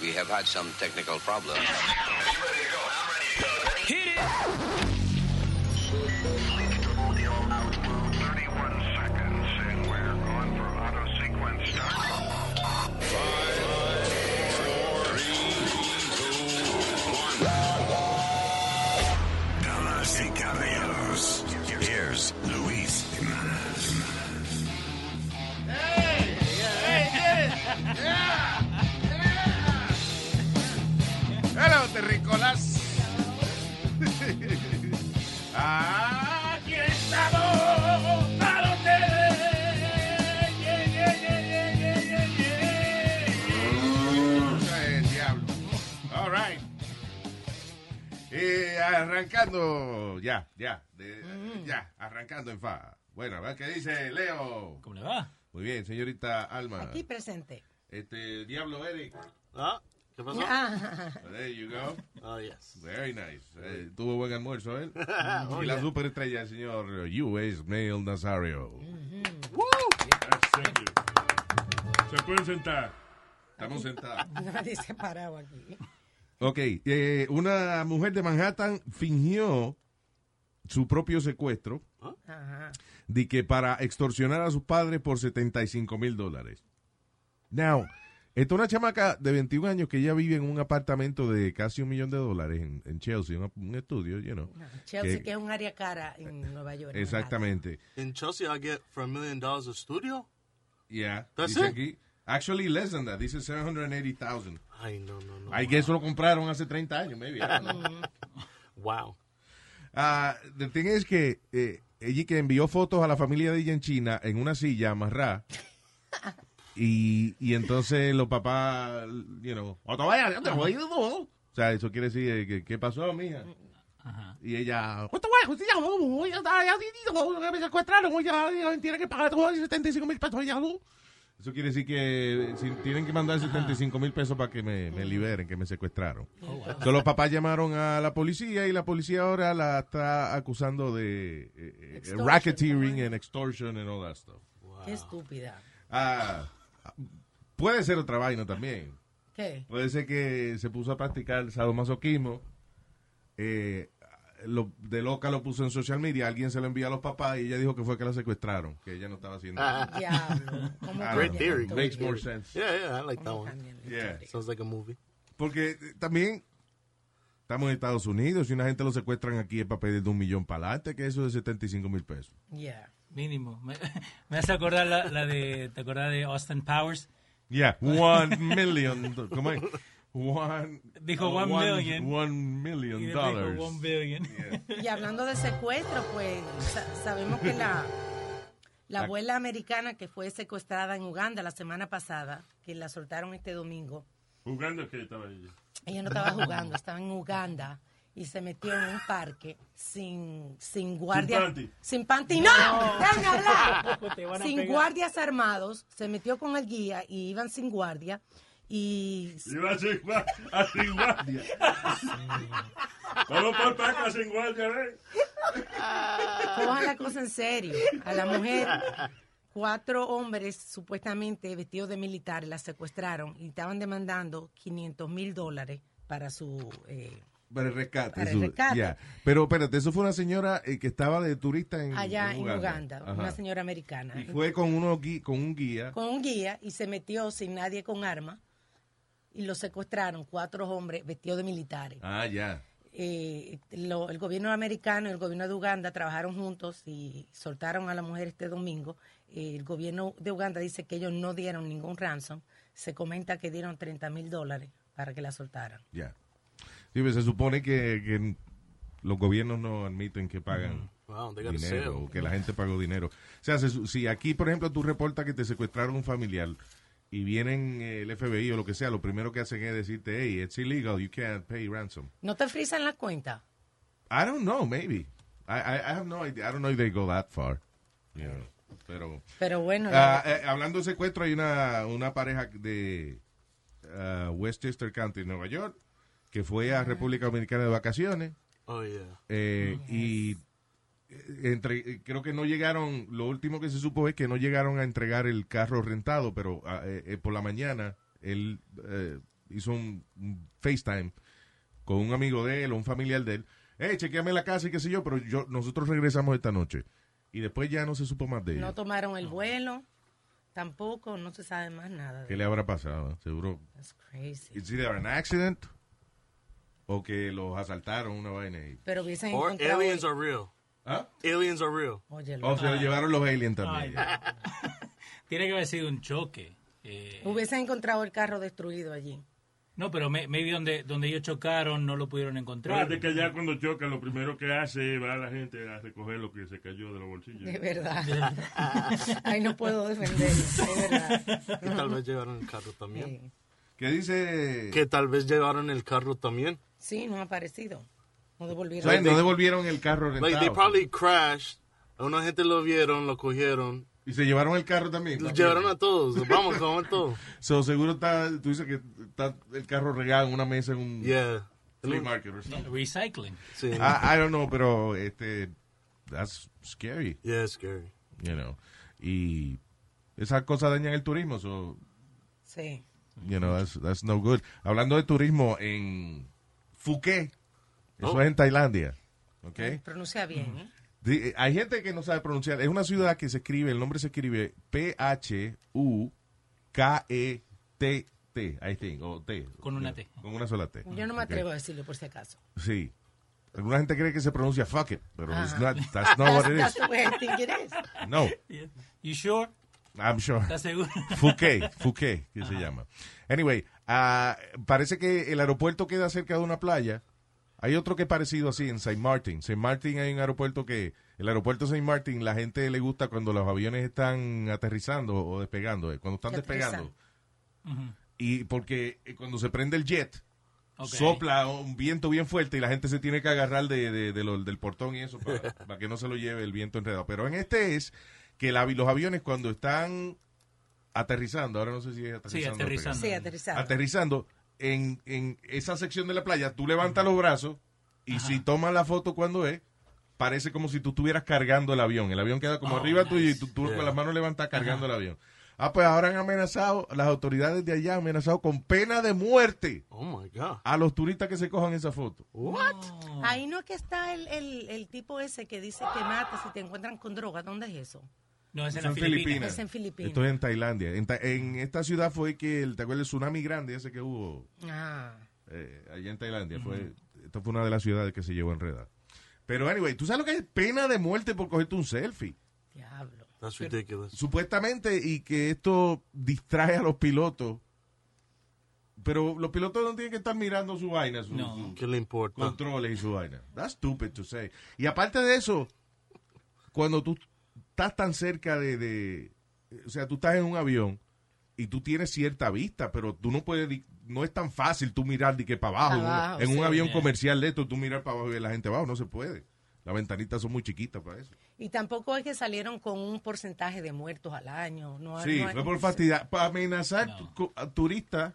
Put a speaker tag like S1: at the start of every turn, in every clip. S1: We have had some technical problems.
S2: Damas y caballeros, here's Luis Jimenez.
S3: ¡Hola, terricolas! ¡Aquí estamos para ustedes! Yeah, yeah, yeah, yeah, yeah, yeah, yeah. Esa es, diablo. All right. Eh, arrancando, ya, ya, de-
S4: Mm.
S3: ya, arrancando en fa. Bueno, a ver qué dice Leo.
S4: ¿Cómo le va?
S3: Muy bien, señorita Alma.
S5: Aquí presente.
S3: Este, Diablo Eric.
S6: Ah, ¿qué pasó?
S5: Ah,
S3: There you go.
S6: Ah, yes.
S3: Very nice. Eh, tuvo buen almuerzo él. y la superestrella, el señor U.S. Mail Nazario.
S7: Thank you. Se pueden sentar.
S3: Estamos sentados.
S5: nadie se paraba aquí.
S3: Ok, eh, una mujer de Manhattan fingió su propio secuestro
S5: Ajá.
S3: de que para extorsionar a sus padres por 75 mil dólares. Now, esta es una chamaca de 21 años que ya vive en un apartamento de casi un millón de dólares en, en Chelsea, una- un estudio, you know.
S5: No, Chelsea,
S3: Que-
S5: que es un área cara en Nueva York. en
S3: Exactamente.
S6: In Chelsea, I get for a million dollars a studio?
S3: Yeah.
S6: That's
S3: dice
S6: it?
S3: aquí. Actually, less than that. Dice 780,000.
S6: Ay, no, no, no.
S3: I guess lo compraron hace 30 años, maybe. I don't know.
S6: Wow.
S3: Ah, the thing is que eh, ella que envió fotos a la familia de ella en China en una silla amarrada. y, y entonces los papás, you know, "O te vayas, yo te voy a ir, no". O sea, eso quiere decir eh, que, ¿qué pasó, mija? Y ella, "O te vayas, o te llamo, o ya está, ya, ya, ya, ya, me secuestraron, o ya, ya, tienen que pagar todo, 75 mil pesos, ya, no". Eso quiere decir que eh, si tienen que mandar 75 mil pesos para que me, me liberen, que me secuestraron.
S6: Oh,
S3: Entonces los papás llamaron a la policía y la policía ahora la está acusando de eh, eh,
S5: Extortion,
S3: racketeering and extortion and all that stuff.
S5: Manhattan. Qué estúpida.
S3: Ah, puede ser otra vaina también.
S5: ¿Qué?
S3: Puede ser que se puso a practicar sadomasoquismo. Eh, lo- de loca lo puso en social media. Alguien se lo envió a los papás y ella dijo que fue que la secuestraron, que ella no estaba haciendo eso.
S5: Diablo. ¿Cómo
S3: Ah,
S5: cambian
S6: Great theory.
S5: la
S3: Makes
S5: historia?
S3: more sense.
S6: Yeah, yeah, I like that
S5: ¿Cómo
S6: one.
S5: cambian la
S3: Yeah.
S5: historia?
S6: Sounds like a movie.
S3: Porque eh, también estamos en Estados Unidos y una gente lo secuestran aquí es para pedir de un millón para adelante, que eso es de 75 mil pesos.
S5: Yeah.
S4: Mínimo. Me, me hace acordar la, la de. ¿Te acordás de Austin Powers?
S3: Yeah, one million. do- ¿Cómo es? One,
S4: Dijo
S3: uh,
S4: one million.
S3: One
S4: Y después
S3: million
S4: dijo,
S3: dollars.
S4: One billion.
S5: Y hablando de secuestro, pues sa- sabemos que la,
S7: Ah.
S5: la abuela americana que fue secuestrada en Uganda la semana pasada, que la soltaron este domingo,
S7: Jugando que estaba ella.
S5: ella no estaba jugando, estaba en Uganda y se metió en un parque sin, sin guardias.
S7: panty.
S5: Sin panty. ¡No! ¡Déjame hablar!
S4: Te van a
S5: sin
S4: pegar.
S5: guardias armados, se metió con el guía y iban sin guardia. Y
S7: Iba a sin gua- a sin guardia. Vamos por Paca sin guardia, ¿eh?
S5: cojan la cosa en serio. A la mujer, cuatro hombres supuestamente vestidos de militares la secuestraron y estaban demandando 500 mil dólares para su... eh,
S3: Para el rescate.
S5: Para el
S3: eso,
S5: rescate.
S3: yeah. Pero espérate, eso fue una señora eh, que estaba de turista Mm, en
S5: allá en Uganda,
S3: Ajá.
S5: una señora americana.
S3: Y fue con, uno, gui- con un guía.
S5: Con un guía y se metió sin nadie con arma y lo secuestraron cuatro hombres vestidos de militares.
S3: Ah, ya.
S5: eh, lo- el gobierno americano y el gobierno de Uganda trabajaron juntos y soltaron a la mujer este domingo. Eh, el gobierno de Uganda dice que ellos no dieron ningún ransom. Se comenta que dieron 30 mil dólares para que la soltaran.
S3: Ya. Sí, pues, se supone que, que los gobiernos no admiten que pagan
S6: Wow, they got a
S3: dinero
S6: sale.
S3: o que la gente pagó dinero. O sea, se su- si aquí, por ejemplo, tú reportas que te secuestraron un familiar y vienen eh, el FBI o lo que sea, lo primero que hacen es decirte, hey, it's illegal, you can't pay ransom.
S5: ¿No te frisan la cuenta?
S3: I don't know, maybe. I, I, I have no idea. I don't know if they go that far. You know. Pero
S5: Pero bueno,
S3: ah,
S5: la-
S3: eh, hablando de secuestro, hay una, una pareja de ah, Westchester County, Nueva York, que fue a República Dominicana de vacaciones.
S6: Oh, yeah.
S3: Eh, y eh, entre, eh, creo que no llegaron, lo último que se supo es que no llegaron a entregar el carro rentado, pero ah, eh, eh, por la mañana él eh, hizo un, un FaceTime con un amigo de él o un familiar de él. Hey, chequeame la casa y qué sé yo, pero yo, nosotros regresamos esta noche. Y después ya no se supo más de
S7: eh,
S3: ella.
S5: No tomaron el vuelo, tampoco, no se sabe más nada. de-
S3: ¿Qué le habrá pasado? Seguro.
S5: That's crazy.
S3: ¿Es either an accident o que los asaltaron una vaina y.
S5: Pero hubiesen
S6: Or
S5: encontrado...
S6: aliens are real.
S3: ¿Ah?
S6: Aliens are real.
S5: Óyelo.
S3: O se lo llevaron los aliens
S4: Ay,
S3: también.
S4: Dios. Tiene que haber sido un choque. Eh,
S5: Hubiesen encontrado el carro destruido allí.
S4: no, pero me, maybe donde, donde ellos chocaron no lo pudieron encontrar.
S7: Fíjate que allá cuando choca, lo primero que hace es va la gente a recoger lo que se cayó de los bolsillos.
S5: De verdad. Ay, no puedo defenderlo. De verdad.
S6: Que tal vez llevaron el carro también.
S5: Sí.
S3: ¿Qué dice?
S6: Que tal vez llevaron el carro también.
S5: Sí, no ha aparecido. No
S3: O
S5: devolvieron.
S3: sea, no devolvieron el carro rentado.
S6: Like, they probably crashed. A una gente lo vieron, lo cogieron.
S3: Y se llevaron el carro también.
S6: Los llevaron a todos. Vamos, comer todo.
S3: So, seguro está, tú dices que está el carro regado en una mesa en un
S6: Yeah.
S3: flea market or something.
S4: Recycling.
S6: Sí.
S3: I, I don't know, pero este, that's scary,
S6: Yeah, it's scary.
S3: you know. Y esas cosas dañan el turismo, so,
S5: Sí.
S3: you know, that's, that's no good. Hablando de turismo en Phuket, eso
S6: Oh.
S3: es en Tailandia, okay?
S5: Pronuncia bien, ¿eh?
S3: Di- eh, Hay gente que no sabe pronunciar. Es una ciudad que se escribe, el nombre se escribe P-H-U-K-E-T-T, I think, o E T.
S4: Con una T.
S3: Con una sola T.
S5: Yo no me
S3: Mm, Ok.
S5: atrevo a decirlo por si acaso.
S3: Sí. Alguna gente cree que se pronuncia fuck it, pero it's
S5: Ajá.
S3: not, that's not what it
S5: That's
S3: is.
S5: the way I think it is.
S3: No,
S4: Yeah. You sure?
S3: I'm sure.
S4: ¿Estás seguro?
S3: Fouquet, Fouquet, que se llama. Anyway, ah, parece que el aeropuerto queda cerca de una playa. Hay otro que es parecido así en Saint Martin. Saint Martin hay un aeropuerto que, el aeropuerto Saint Martin, la gente le gusta cuando los aviones están aterrizando o despegando, eh, cuando están
S5: Que aterrizan.
S3: despegando. Y porque eh, cuando se prende el jet,
S4: Ok.
S3: sopla un viento bien fuerte y la gente se tiene que agarrar de, de- de lo- del portón y eso para, para que no se lo lleve el viento enredado. Pero en este es que la- los aviones cuando están aterrizando, ahora no sé si es aterrizando. o
S4: aterrizando.
S5: Sí, aterrizado.
S3: pegando. Aterrizando, en, en esa sección de la playa, tú levantas los brazos y si tomas la foto cuando es, parece como si tú estuvieras cargando el avión. El avión queda como
S4: Oh,
S3: arriba tuyo y
S4: nice.
S3: tú, tú
S6: Yeah.
S3: con las manos levantadas cargando el avión. Ah, pues ahora han amenazado, las autoridades de allá han amenazado con pena de muerte
S6: Oh my God.
S3: a los turistas que se cojan esa foto.
S6: What?
S5: Oh. Ahí no es que está el, el, el tipo ese que dice que mata si te encuentran con droga. ¿Dónde es eso?
S4: No, es en
S3: Son
S4: la Filipina.
S3: Filipinas.
S5: Es en Filipinas.
S3: Esto es en Tailandia. En, Ta- en esta ciudad fue que el, ¿te acuerdas el tsunami grande ese que hubo
S5: Ah.
S3: eh, allá en Tailandia? Fue, esta fue una de las ciudades que se llevó enredada. Pero anyway, ¿tú sabes lo que es pena de muerte por cogerte un selfie?
S5: Diablo.
S6: That's ridiculous.
S3: Supuestamente, y que esto distrae a los pilotos. Pero los pilotos no tienen que estar mirando su vaina, su-
S4: No.
S3: su-
S6: ¿Qué le importa?
S3: controles y su vaina. That's stupid to say. Y aparte de eso, cuando tú estás tan cerca de, de- o sea, tú estás en un avión y tú tienes cierta vista, pero tú no puedes, di- no es tan fácil tú mirar de que para abajo.
S5: Abajo,
S3: en un
S5: sí.
S3: avión
S4: Yeah.
S3: comercial de esto, tú mirar para abajo y ver la gente abajo, no se puede. Las ventanitas son muy chiquitas para eso.
S5: Y tampoco es que salieron con un porcentaje de muertos al año. No,
S3: Sí,
S5: no-
S3: fue por fastidiar, para amenazar
S4: No.
S3: tu- a turistas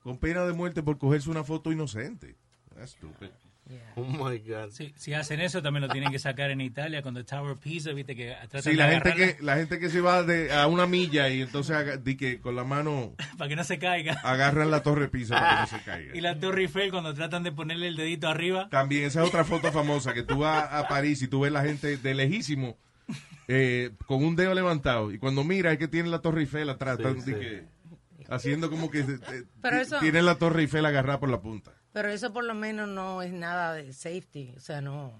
S3: con pena de muerte por cogerse una foto inocente. That's stupid.
S5: Yeah.
S6: Oh my God.
S4: Sí, si hacen eso, también lo tienen que sacar en Italia con The Tower Pisa, viste que tratan
S3: Sí,
S4: de
S3: la gente,
S4: agarrarla
S3: que, la gente que se va de, a una milla y entonces haga- di que con la mano
S4: para que no se caiga.
S3: agarran la torre pisa para que no se caiga.
S4: Y la Torre Eiffel cuando tratan de ponerle el dedito arriba.
S3: También esa es otra foto famosa que tú vas a París y tú ves la gente de lejísimo eh, con un dedo levantado y cuando mira es que tienen la torre Eiffel atrás,
S6: Sí,
S3: están, di
S6: sí.
S3: que, haciendo como que eh,
S5: Pero eso-
S3: tienen la torre Eiffel agarrada por la punta.
S5: Pero eso por lo menos no es nada de safety. O sea, no.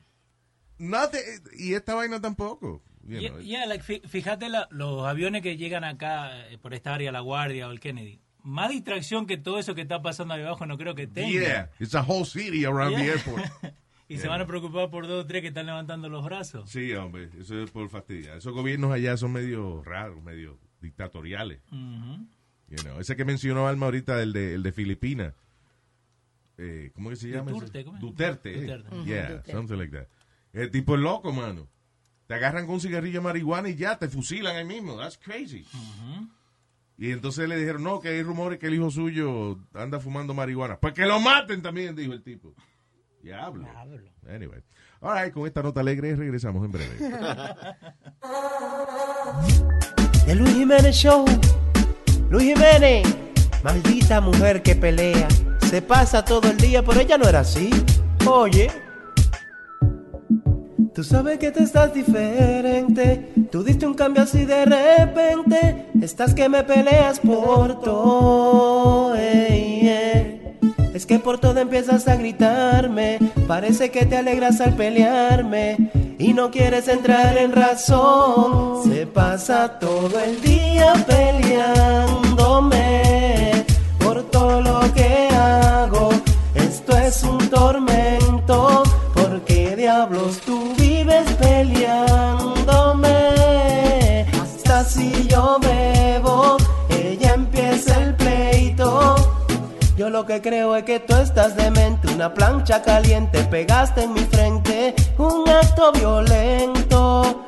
S3: No te- y esta vaina tampoco. you
S4: Yeah,
S3: know.
S4: yeah, like, fi- fíjate la- los aviones que llegan acá eh, por esta área, la Guardia o el Kennedy. Más distracción que todo eso que está pasando ahí abajo no creo que tenga.
S3: Yeah, it's a whole city around the
S4: Yeah.
S3: airport.
S4: y se van a preocupar por dos o tres que están levantando los brazos.
S3: Sí, hombre, eso es por fastidiar. Esos gobiernos allá son medio raros, medio dictatoriales.
S4: Ujú.
S3: You know. Ese que mencionó Alma ahorita, el de, el de Filipinas. Eh, ¿Cómo que se llama? ese?
S4: Duterte, ¿cómo es?
S3: Duterte. eh.
S4: Duterte.
S5: Ujú,
S3: Yeah,
S5: Duterte.
S3: something like that. El tipo es loco, mano. Te agarran con un cigarrillo de marihuana y ya, te fusilan ahí mismo. That's crazy. Y entonces le dijeron, no, que hay rumores que el hijo suyo anda fumando marihuana. Pues que lo maten también, dijo el tipo. Diablo.
S4: Diablo.
S3: Anyway. All right, con esta nota alegre regresamos en breve.
S8: The Luis Jiménez Show. Luis Jiménez. Maldita mujer que pelea, se pasa todo el día, pero ella no era así. Oye, tú sabes que te estás diferente, tú diste un cambio así de repente, estás que me peleas por todo. ey, ey. Es que por todo empiezas a gritarme, parece que te alegras al pelearme y no quieres entrar en razón. Se pasa todo el día peleándome por todo lo que hago. Esto es un tormento, porque diablos tú vives peleándome. Hasta si yo bebo, ella empieza el pleito. Yo lo que creo es que tú estás demente, una plancha caliente pegaste en mi frente, un acto violento.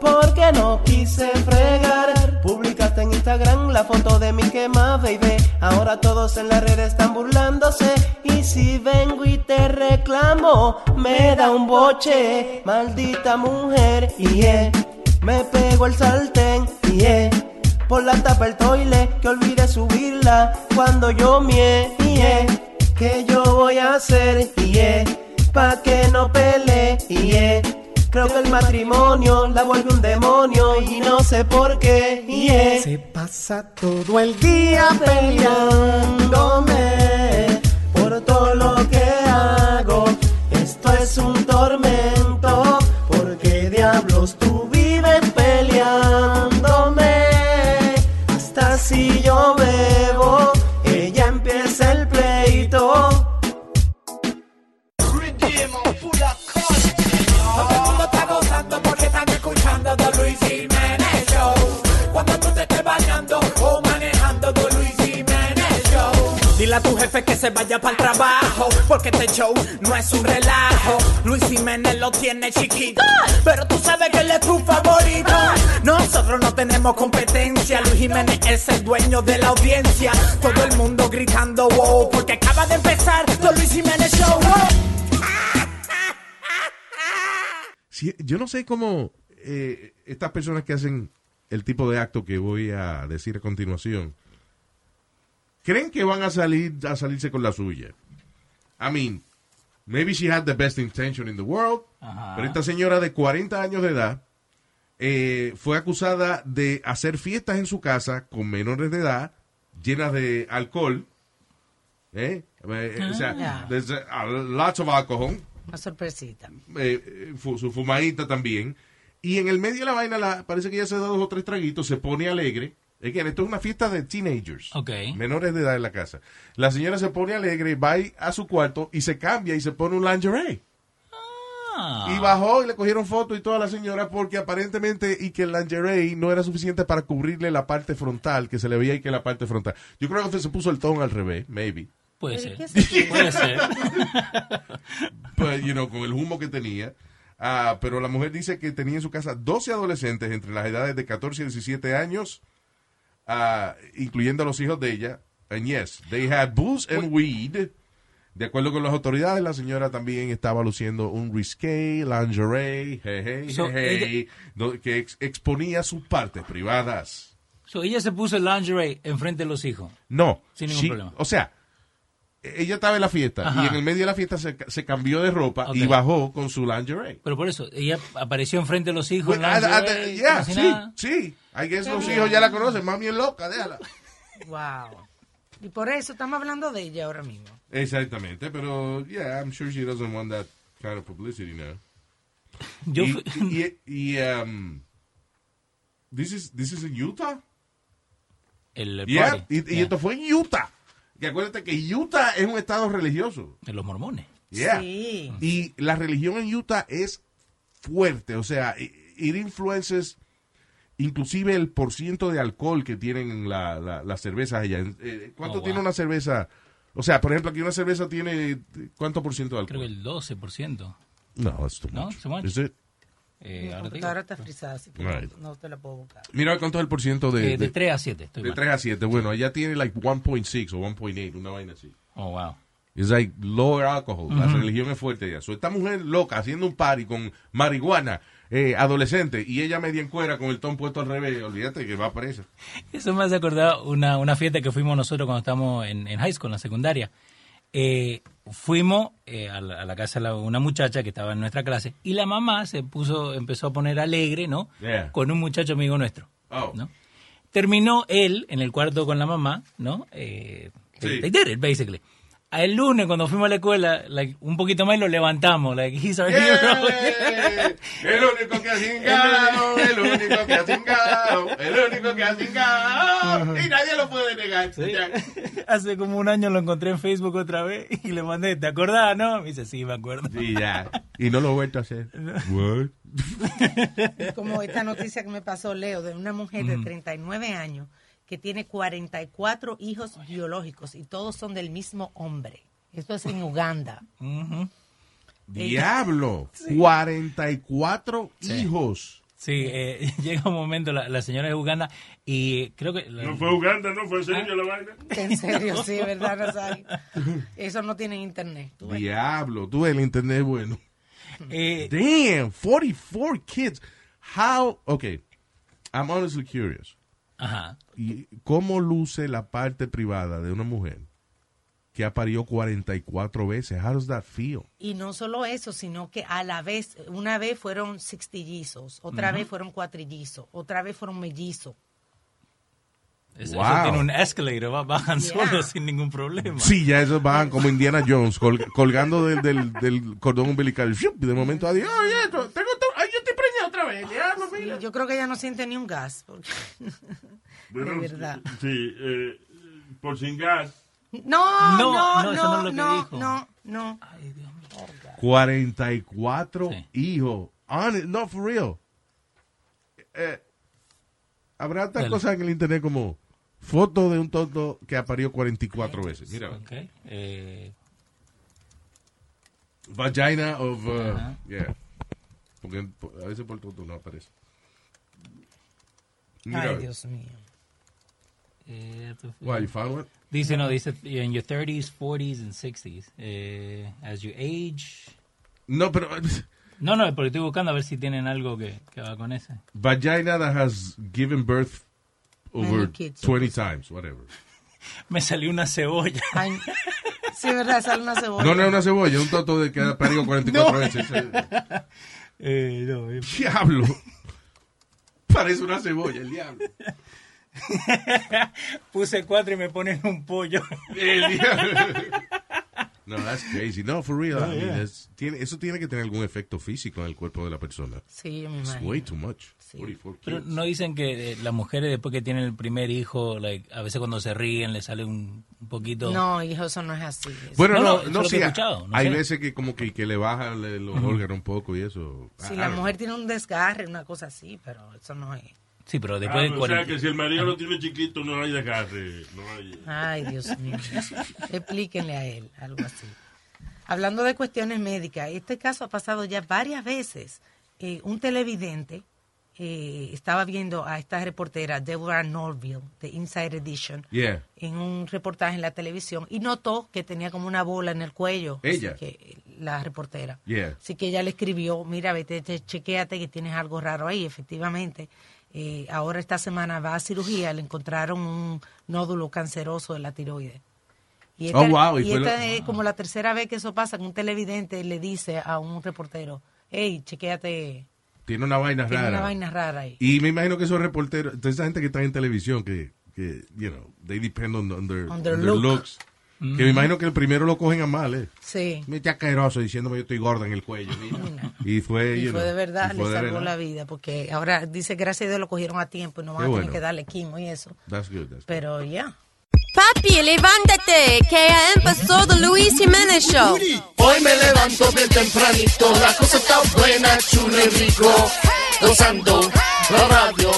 S8: Porque no quise fregar, publicaste en Instagram la foto de mi quema, baby. Ahora todos en las redes están burlándose. Y si vengo y te reclamo, me da un boche, maldita mujer. Y eh, me pego el saltén. Y eh, por la tapa el toile que olvidé subirla cuando yo mie yeah, que yo voy a hacer eh, yeah, pa que no pele yeah. creo que el matrimonio la vuelve un demonio y no sé por qué yeah. se pasa todo el día peleándome por todo lo que hago esto es un tormento porque diablos tú vives peleándome hasta si yo bebo ella empieza el pleito
S9: Dile a tu jefe que se vaya para el trabajo, porque este show no es un relajo. Luis Jiménez lo tiene chiquito, pero tú sabes que él es tu favorito. Nosotros no tenemos competencia, Luis Jiménez es el dueño de la audiencia. Todo el mundo gritando wow, porque acaba de empezar The Luis Jiménez Show. wow.
S3: Sí, yo no sé cómo eh, estas personas que hacen el tipo de acto que voy a decir a continuación creen que van a salir a salirse con la suya. I mean, maybe she had the best intention in the world, pero esta señora de 40 años de edad eh, fue acusada de hacer fiestas en su casa con menores de edad llenas de alcohol. ¿eh? Eh, o sea,
S5: Ah.
S3: there's a- a lots of alcohol
S5: Una sorpresita.
S3: eh, eh, fu- su fumadita también. Y en el medio de la vaina, la, parece que ya se da dos o tres traguitos, se pone alegre. Es que esto es una fiesta de teenagers,
S4: Ok.
S3: menores de edad en la casa. La señora se pone alegre, va ahí a su cuarto y se cambia y se pone un lingerie.
S4: Ah.
S3: Y bajó y le cogieron foto y toda la señora porque aparentemente y que el lingerie no era suficiente para cubrirle la parte frontal, que se le veía y que la parte frontal. Yo creo que se puso el tono al revés, maybe.
S4: Puede
S5: Pero,
S4: ser.
S5: ¿qué es eso?
S4: Puede ser.
S3: pues, you know, con el humo que tenía. Ah, pero la mujer dice que tenía en su casa 12 adolescentes entre las edades de 14 y 17 años, ah, incluyendo a los hijos de ella. And yes, they had booze and weed. De acuerdo con las autoridades, la señora también estaba luciendo un risque, lingerie, jeje,
S4: So,
S3: jeje, do- que ex- exponía sus partes privadas.
S4: So, ella se puso el lingerie enfrente de los hijos.
S3: No.
S4: Sin ningún problema.
S3: O sea, ella estaba en la fiesta
S4: Ajá.
S3: y en el medio de la fiesta se, se cambió de ropa y
S4: Ok.
S3: bajó con su lingerie.
S4: Pero por eso, ella apareció enfrente de los hijos.
S3: Pues,
S4: en
S3: ah, ah,
S4: lingerie,
S3: ah, yeah,
S4: como si
S3: sí,
S4: nada.
S3: sí. I guess los hijos ya la conocen. Mami es loca, déjala.
S5: Wow. Y por eso estamos hablando de ella ahora mismo.
S3: Exactamente, pero yeah, I'm sure she doesn't want that kind of publicity now.
S4: Yo
S3: y,
S4: fui-
S3: y- y, y, um, this is this is in Utah.
S4: el, el
S3: Yeah,
S4: party,
S3: y, y
S4: yeah,
S3: esto fue en Utah. Y acuérdate que Utah es un estado religioso.
S4: de los mormones.
S3: Yeah.
S5: Sí.
S3: Y la religión en Utah es fuerte, o sea, i- it influences inclusive el porciento de alcohol que tienen la- la- las cervezas allá. Eh, ¿Cuánto
S4: Oh,
S3: tiene
S4: wow.
S3: una cerveza? O sea, por ejemplo, aquí una cerveza tiene eh, cuánto por ciento de
S4: Creo que
S3: alcohol.
S4: el 12%.
S3: No, es too
S4: No,
S3: much.
S4: too much.
S3: Is it?
S5: Mi
S4: Eh, ahora te digo.
S5: computadora está frisada, así que
S3: Right.
S5: no, no te la puedo buscar.
S3: Mira cuánto es el por ciento
S4: Eh,
S3: de,
S4: de
S3: de,
S4: 3 a 7. Estoy
S3: de
S4: mal.
S3: 3 a 7. Bueno, allá tiene like 1.6 o 1.8, una vaina así.
S4: Oh, wow.
S3: It's like lower alcohol. La religión es fuerte ya. So, esta mujer loca haciendo un party con marihuana, eh, adolescente y ella media en cuera con el ton puesto al revés, olvídate que va presa.
S4: Eso me hace acordar una, una fiesta que fuimos nosotros cuando estábamos en, en high school, en la secundaria. Eh, fuimos eh, a, la, a la casa de la- una muchacha que estaba en nuestra clase y la mamá se puso, empezó a poner alegre, ¿no?
S3: Yeah.
S4: Con un muchacho amigo nuestro.
S3: Oh.
S4: ¿no? Terminó él en el cuarto con la mamá, ¿no? Eh,
S3: Sí.
S4: They did it, basically. A El lunes, cuando fuimos a la escuela, like, un poquito más y lo levantamos. Like, he's our hero.
S3: Yeah. El único que ha cingado, el único que ha cingado, el único que ha cingado, y nadie lo puede negar. Ya.
S4: Hace como un año lo encontré en Facebook otra vez y le mandé, ¿te acordás, no? Me dice, sí, me acuerdo.
S3: Sí, ya. Y no lo he vuelto a hacer. What?
S5: Como esta noticia que me pasó, Leo, de una mujer
S3: Mm.
S5: de 39 años que tiene 44 hijos biológicos y todos son del mismo hombre. Esto es en Uganda.
S4: Ujú.
S3: Diablo. 44 hijos.
S4: Sí, eh, llega un momento, la, la señora de Uganda, y creo que... la-
S7: No fue Uganda, no fue
S3: Ah.
S7: serio la vaina.
S5: En serio, sí, ¿verdad, Rosario? Eso no tienen internet.
S3: Diablo. Tú el internet es bueno.
S4: eh,
S3: Damn, 44 kids. How? Okay. I'm honestly curious.
S4: ajá.
S3: ¿Y ¿Cómo luce la parte privada de una mujer que ha parido 44 veces? How does that feel?
S5: Y no solo eso, sino que a la vez, una vez fueron sextillizos, otra vez fueron cuatrillizos, otra vez fueron mellizos.
S4: Eso, eso
S3: Wow.
S4: tiene un escalator, va- bajan
S5: Yeah.
S4: solos sin ningún problema.
S3: Sí, ya esos van como Indiana Jones, col- colgando del, del, del cordón umbilical. Shup, De momento, adiós. Oye, tengo to- ay, yo estoy preñada otra vez. Ya, no,
S5: Y
S3: mira.
S5: yo creo que ella no siente ni un gas. porque- de verdad.
S7: Sí, eh, por cingar.
S5: No,
S4: No,
S5: no,
S4: no,
S5: no,
S4: eso no es
S5: no,
S4: lo que
S5: no,
S4: dijo.
S5: no,
S3: Ah, 44
S4: Sí.
S3: hijos. Honest, no, for real. Eh, habrá tantas
S4: Dale.
S3: cosas en el internet como foto de un tonto que ha parido 44 veces. Mira,
S4: Ok, eh,
S3: vagina of. uh, yeah. Porque po- a veces por tonto no aparece. Mira,
S5: Ay, Dios mío.
S4: eh, esto fue-
S3: why you found it?
S4: Dice, no, dice, in your 30s, 40s and 60s. eh, as you age...
S3: No, pero.
S4: No, no, porque estoy buscando a ver si tienen algo que, que va con ese.
S3: Vagina that has given birth over
S5: Many kids.
S3: 20 times, whatever.
S4: Me salió una cebolla.
S5: Ay, sí, es verdad, sale una cebolla.
S3: No, no es una cebolla, un tonto de que ha parido 44 veces.
S4: Eh, no, eh.
S3: Diablo. Parece una cebolla, el diablo.
S4: Puse cuatro y me ponen un pollo.
S3: El diablo. No, that's crazy. No, for real. I mean, that's- tiene- eso tiene que tener algún efecto físico en el cuerpo de la persona.
S5: Sí, yo me
S3: It's
S5: imagino.
S3: way too much.
S5: Sí.
S3: 44
S4: Pero
S3: kids.
S4: no dicen que eh, las mujeres después que tienen el primer hijo, like, a veces cuando se ríen le sale un, un poquito...
S5: No, hijo, eso no es así. Eso-
S3: Bueno,
S4: No, no,
S3: no,
S4: eso
S3: no,
S4: es lo que
S3: sí,
S4: he escuchado, no
S3: hay
S4: sé.
S3: veces que como que, que le bajan le- los órganos un poco y eso. I-
S5: si
S3: I
S5: la
S3: don't know.
S5: mujer tiene un desgarre, una cosa así, pero eso no es.
S4: Sí, pero
S7: Ah,
S4: después de
S7: o sea
S4: 40...
S7: que si el marido lo tiene chiquito, no hay agarre. No hay.
S5: Ay, Dios mío. Explíquenle a él algo así. Hablando de cuestiones médicas, este caso ha pasado ya varias veces. Eh, un televidente eh, estaba viendo a esta reportera, Deborah Norville, de Inside Edition,
S3: Yeah.
S5: en un reportaje en la televisión y notó que tenía como una bola en el cuello. así
S3: Ella.
S5: que, la reportera.
S3: Yeah.
S5: Así que ella le escribió, mira, vete, che- chequéate que tienes algo raro ahí. Efectivamente, eh, ahora esta semana va a cirugía, le encontraron un nódulo canceroso de la tiroides. Y esta,
S3: Oh, wow, y
S5: y
S3: fue
S5: esta
S3: lo-
S5: es como la tercera vez que eso pasa, que un televidente le dice a un reportero, hey, chequéate,
S3: Tiene una vaina
S5: tiene
S3: rara.
S5: una vaina rara ahí.
S3: Y me imagino que esos reporteros, toda esa gente que está en televisión, que, que you know, they depend on, on their,
S5: On their
S3: on their
S5: look.
S3: looks. Que me imagino que el primero lo cogen a mal, eh.
S5: Sí.
S3: Me está caeroso diciéndome yo estoy gorda en el cuello. mira. Y fue,
S5: Y
S3: you
S5: fue
S3: know,
S5: de verdad,
S3: y fue
S5: le
S3: de
S5: salvó
S3: verdad.
S5: la vida, porque ahora dice, gracias a Dios lo cogieron a tiempo y no van
S3: Qué
S5: a tener
S3: bueno.
S5: que darle quimo y eso.
S3: That's good, that's good.
S5: Pero ya.
S10: Papi, levántate, que ha empezado Luis Jiménez Show.
S9: Hoy me levanto bien tempranito, la cosa está buena, chulo y rico. Gozando la radio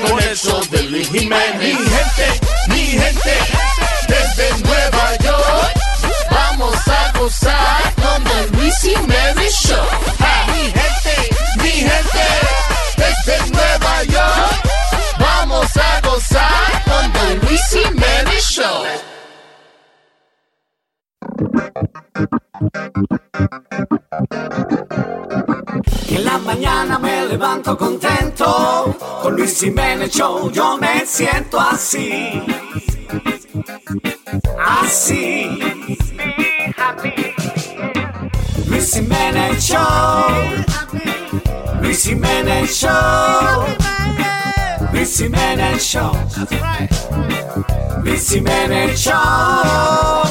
S9: con el show de Luis Jiménez. Mi gente, mi gente, desde Nueva York, vamos a gozar con el Luis Jiménez Show. Ah, Mi gente, mi gente, desde Nueva York, vamos a gozar con el Luis Jiménez Show. Y en la mañana me levanto contento. Con Luis Jiménez Show yo me siento así. Así. Luis Jiménez Show. Luis Jiménez Show. Luis Jiménez Show. Luis Jiménez Show.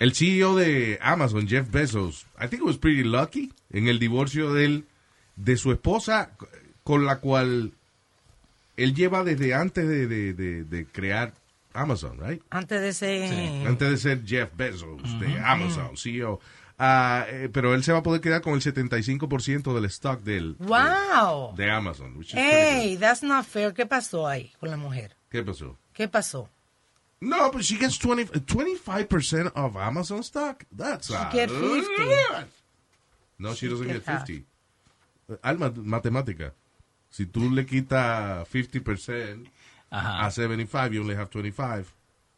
S3: El CEO de Amazon, Jeff Bezos, I think he was pretty lucky en el divorcio de él, de su esposa, con la cual él lleva desde antes de, de- de- de crear Amazon, right?
S5: Antes de ese...
S3: Antes de ser Jeff Bezos de Amazon, CEO. Ah, eh, pero él se va a poder quedar con el 75% del stock del,
S5: ¡Wow!
S3: de Amazon. which is pretty
S5: ¡Ey! That's not fair. ¿Qué pasó ahí con la mujer?
S3: good. ¿Qué pasó?
S5: ¿Qué pasó?
S3: No, but she gets 20, 25% of Amazon stock. That's a
S5: Get 50.
S3: lot. No, she doesn't
S5: get
S3: get
S5: half.
S3: 50. Alma, matemática. Si tú le quitas 50%
S4: Ajá.
S3: a 75, you only have 25.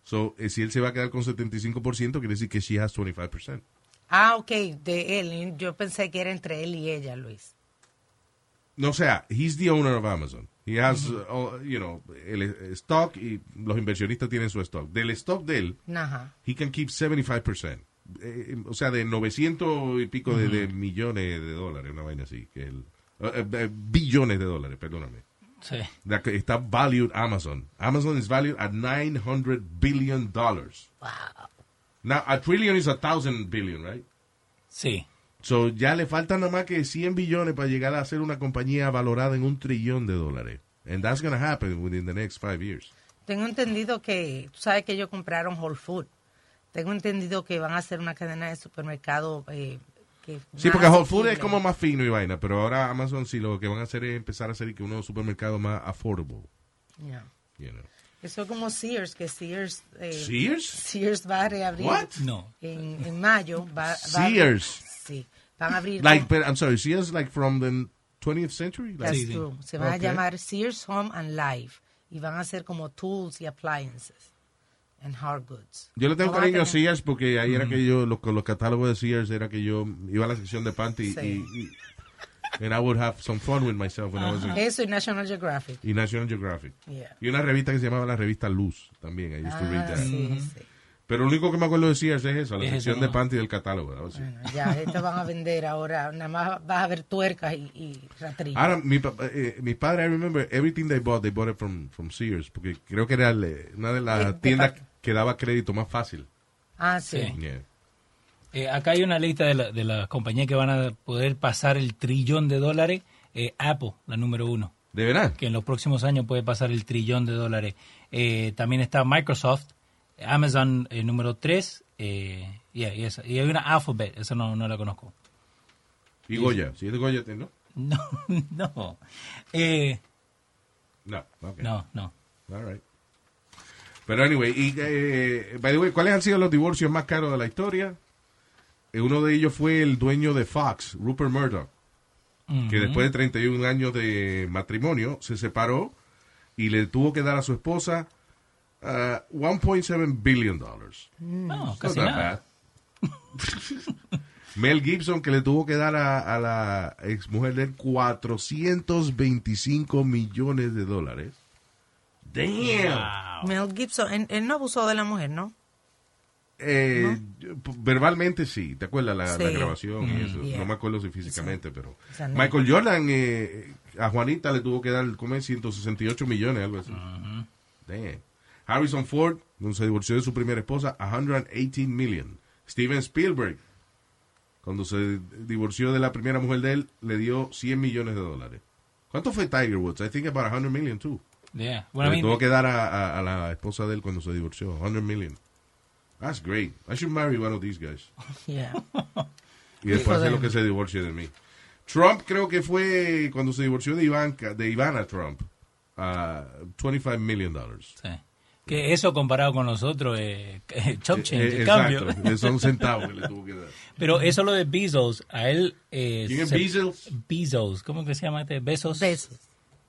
S3: So, eh, si él se va a quedar con 75%, quiere decir que she has 25%.
S5: Ah, ok, de él. Yo pensé que era entre él y ella, Luis.
S3: No, o sea, he's the owner of Amazon. He has, uh, all- you know, el eh, stock y los inversionistas tienen su stock. Del stock de él,
S5: Ajá.
S3: he can keep 75%. Eh, o sea, de 900 y pico de, de millones de dólares, una vaina así. Que el, eh, eh, billones de dólares, perdóname.
S4: Sí.
S3: La que está valued Amazon. Amazon is valued at 900 billion dollars. Wow. Now, a trillion is a thousand billion, right?
S4: Sí.
S3: So, ya le faltan nada más que 100 billones para llegar a ser una compañía valorada en un trillón de dólares. And that's going to happen within the next five years.
S5: Tengo entendido que, tú sabes que ellos compraron Whole Foods. Tengo entendido que van a hacer una cadena de supermercado. eh, que
S3: Sí,
S5: más
S3: porque Whole Foods
S5: asequible.
S3: es como más fino y vaina, pero ahora Amazon sí lo que van a hacer es empezar a hacer que unos supermercados más affordable,
S5: Yeah.
S3: you know.
S5: Eso es como Sears, que Sears... eh,
S3: Sears?
S5: Sears va a reabrir
S3: What?
S4: No.
S5: En, en mayo. Va, va a-
S3: Sears.
S5: sí, van a abrir...
S3: Like, but I'm sorry, Sears like from the 20th century? Like-
S5: That's
S4: sí.
S5: true. Se van
S3: Ok.
S5: a llamar Sears Home and Life y van a ser como tools y appliances and hard goods.
S3: Yo le tengo
S5: No van a
S3: cariño a
S5: tener-
S3: Sears porque ahí era que yo, los, con los catálogos de Sears era que yo iba a la sección de panty
S5: Sí.
S3: y, y- and I would have some fun with myself when I was in-
S5: Eso y National Geographic.
S3: y National Geographic.
S5: Yeah.
S3: Y una revista que se llamaba la revista Luz también, I used to read
S5: Ah,
S3: that.
S5: sí, sí.
S3: Pero lo único que me acuerdo de Sears es eso, la
S4: Es eso,
S3: sección de
S4: ¿no?
S3: panty del catálogo. that was it.
S5: Bueno, ya, te van a vender ahora. Nada más vas a ver tuercas y, y rastrillos.
S3: Ahora, mi, papá- eh, mi padre, I remember everything they bought, they bought it from, from Sears, porque creo que era el- una de
S5: Eh,
S3: las
S5: de
S3: tiendas
S5: parte.
S3: que daba crédito más fácil.
S5: Ah, sí.
S4: Sí.
S3: Yeah.
S4: Eh, acá hay una lista de, la- de las compañías que van a poder pasar el trillón de dólares. Eh, Apple, la número uno,
S3: ¿De verdad?
S4: que en los próximos años puede pasar el trillón de dólares. Eh, también está Microsoft, Amazon eh, número tres. eh, yeah, y, esa- y hay una Alphabet, esa no, no la conozco.
S3: Y Goya, si es de Goya, ¿no?
S4: No, no. Eh,
S3: No, ok.
S4: no, no.
S3: All right. Pero anyway, y, eh, by the way, ¿cuáles han sido los divorcios más caros de la historia? Eh, uno de ellos fue el dueño de Fox, Rupert Murdoch, que después de 31 años de matrimonio se separó y le tuvo que dar a su esposa ah, 1.7 billion dollars.
S4: No,
S3: Not
S4: casi
S3: that
S4: nada.
S3: bad. Mel Gibson que le tuvo que dar a, a la exmujer de él 425 millones de dólares. Damn.
S5: Mel Gibson, él, él no abusó de la mujer, ¿no?
S3: Eh, p- Verbalmente sí, ¿te acuerdas la,
S5: Sí. Mm,
S3: la grabación? y eso?
S5: yeah.
S3: No me acuerdo si físicamente, pero...
S5: O sea, no.
S3: Michael Jordan eh, a Juanita le tuvo que dar, ¿cómo es? 168 millones, algo así. Damn. Harrison Ford, cuando se divorció de su primera esposa, 118 million. Steven Spielberg, cuando se divorció de la primera mujer de él, le dio 100 millones de dólares. ¿Cuánto fue Tiger Woods? I think about 100 million, too.
S4: Yeah. Bueno,
S3: Le
S4: I mean,
S3: tuvo que dar a, a- a la esposa de él cuando se divorció. 100 million. That's great. I should marry one of these guys.
S5: Yeah.
S3: Y después hacer lo que se divorcie de mí. Trump creo que fue cuando se divorció de, Ivanka, de Ivana Trump. a 25 million dollars.
S4: sí. Que eso comparado con nosotros, eh, chop change,
S3: Eh, eh,
S4: el cambio.
S3: exacto. Eh, Son centavos que le tuvo que dar.
S4: Pero eso lo de Bezos, a él... eh,
S3: ¿Quién es
S4: se-
S3: Bezos?
S4: Bezos, ¿cómo que se llama este? Besos.
S5: Besos.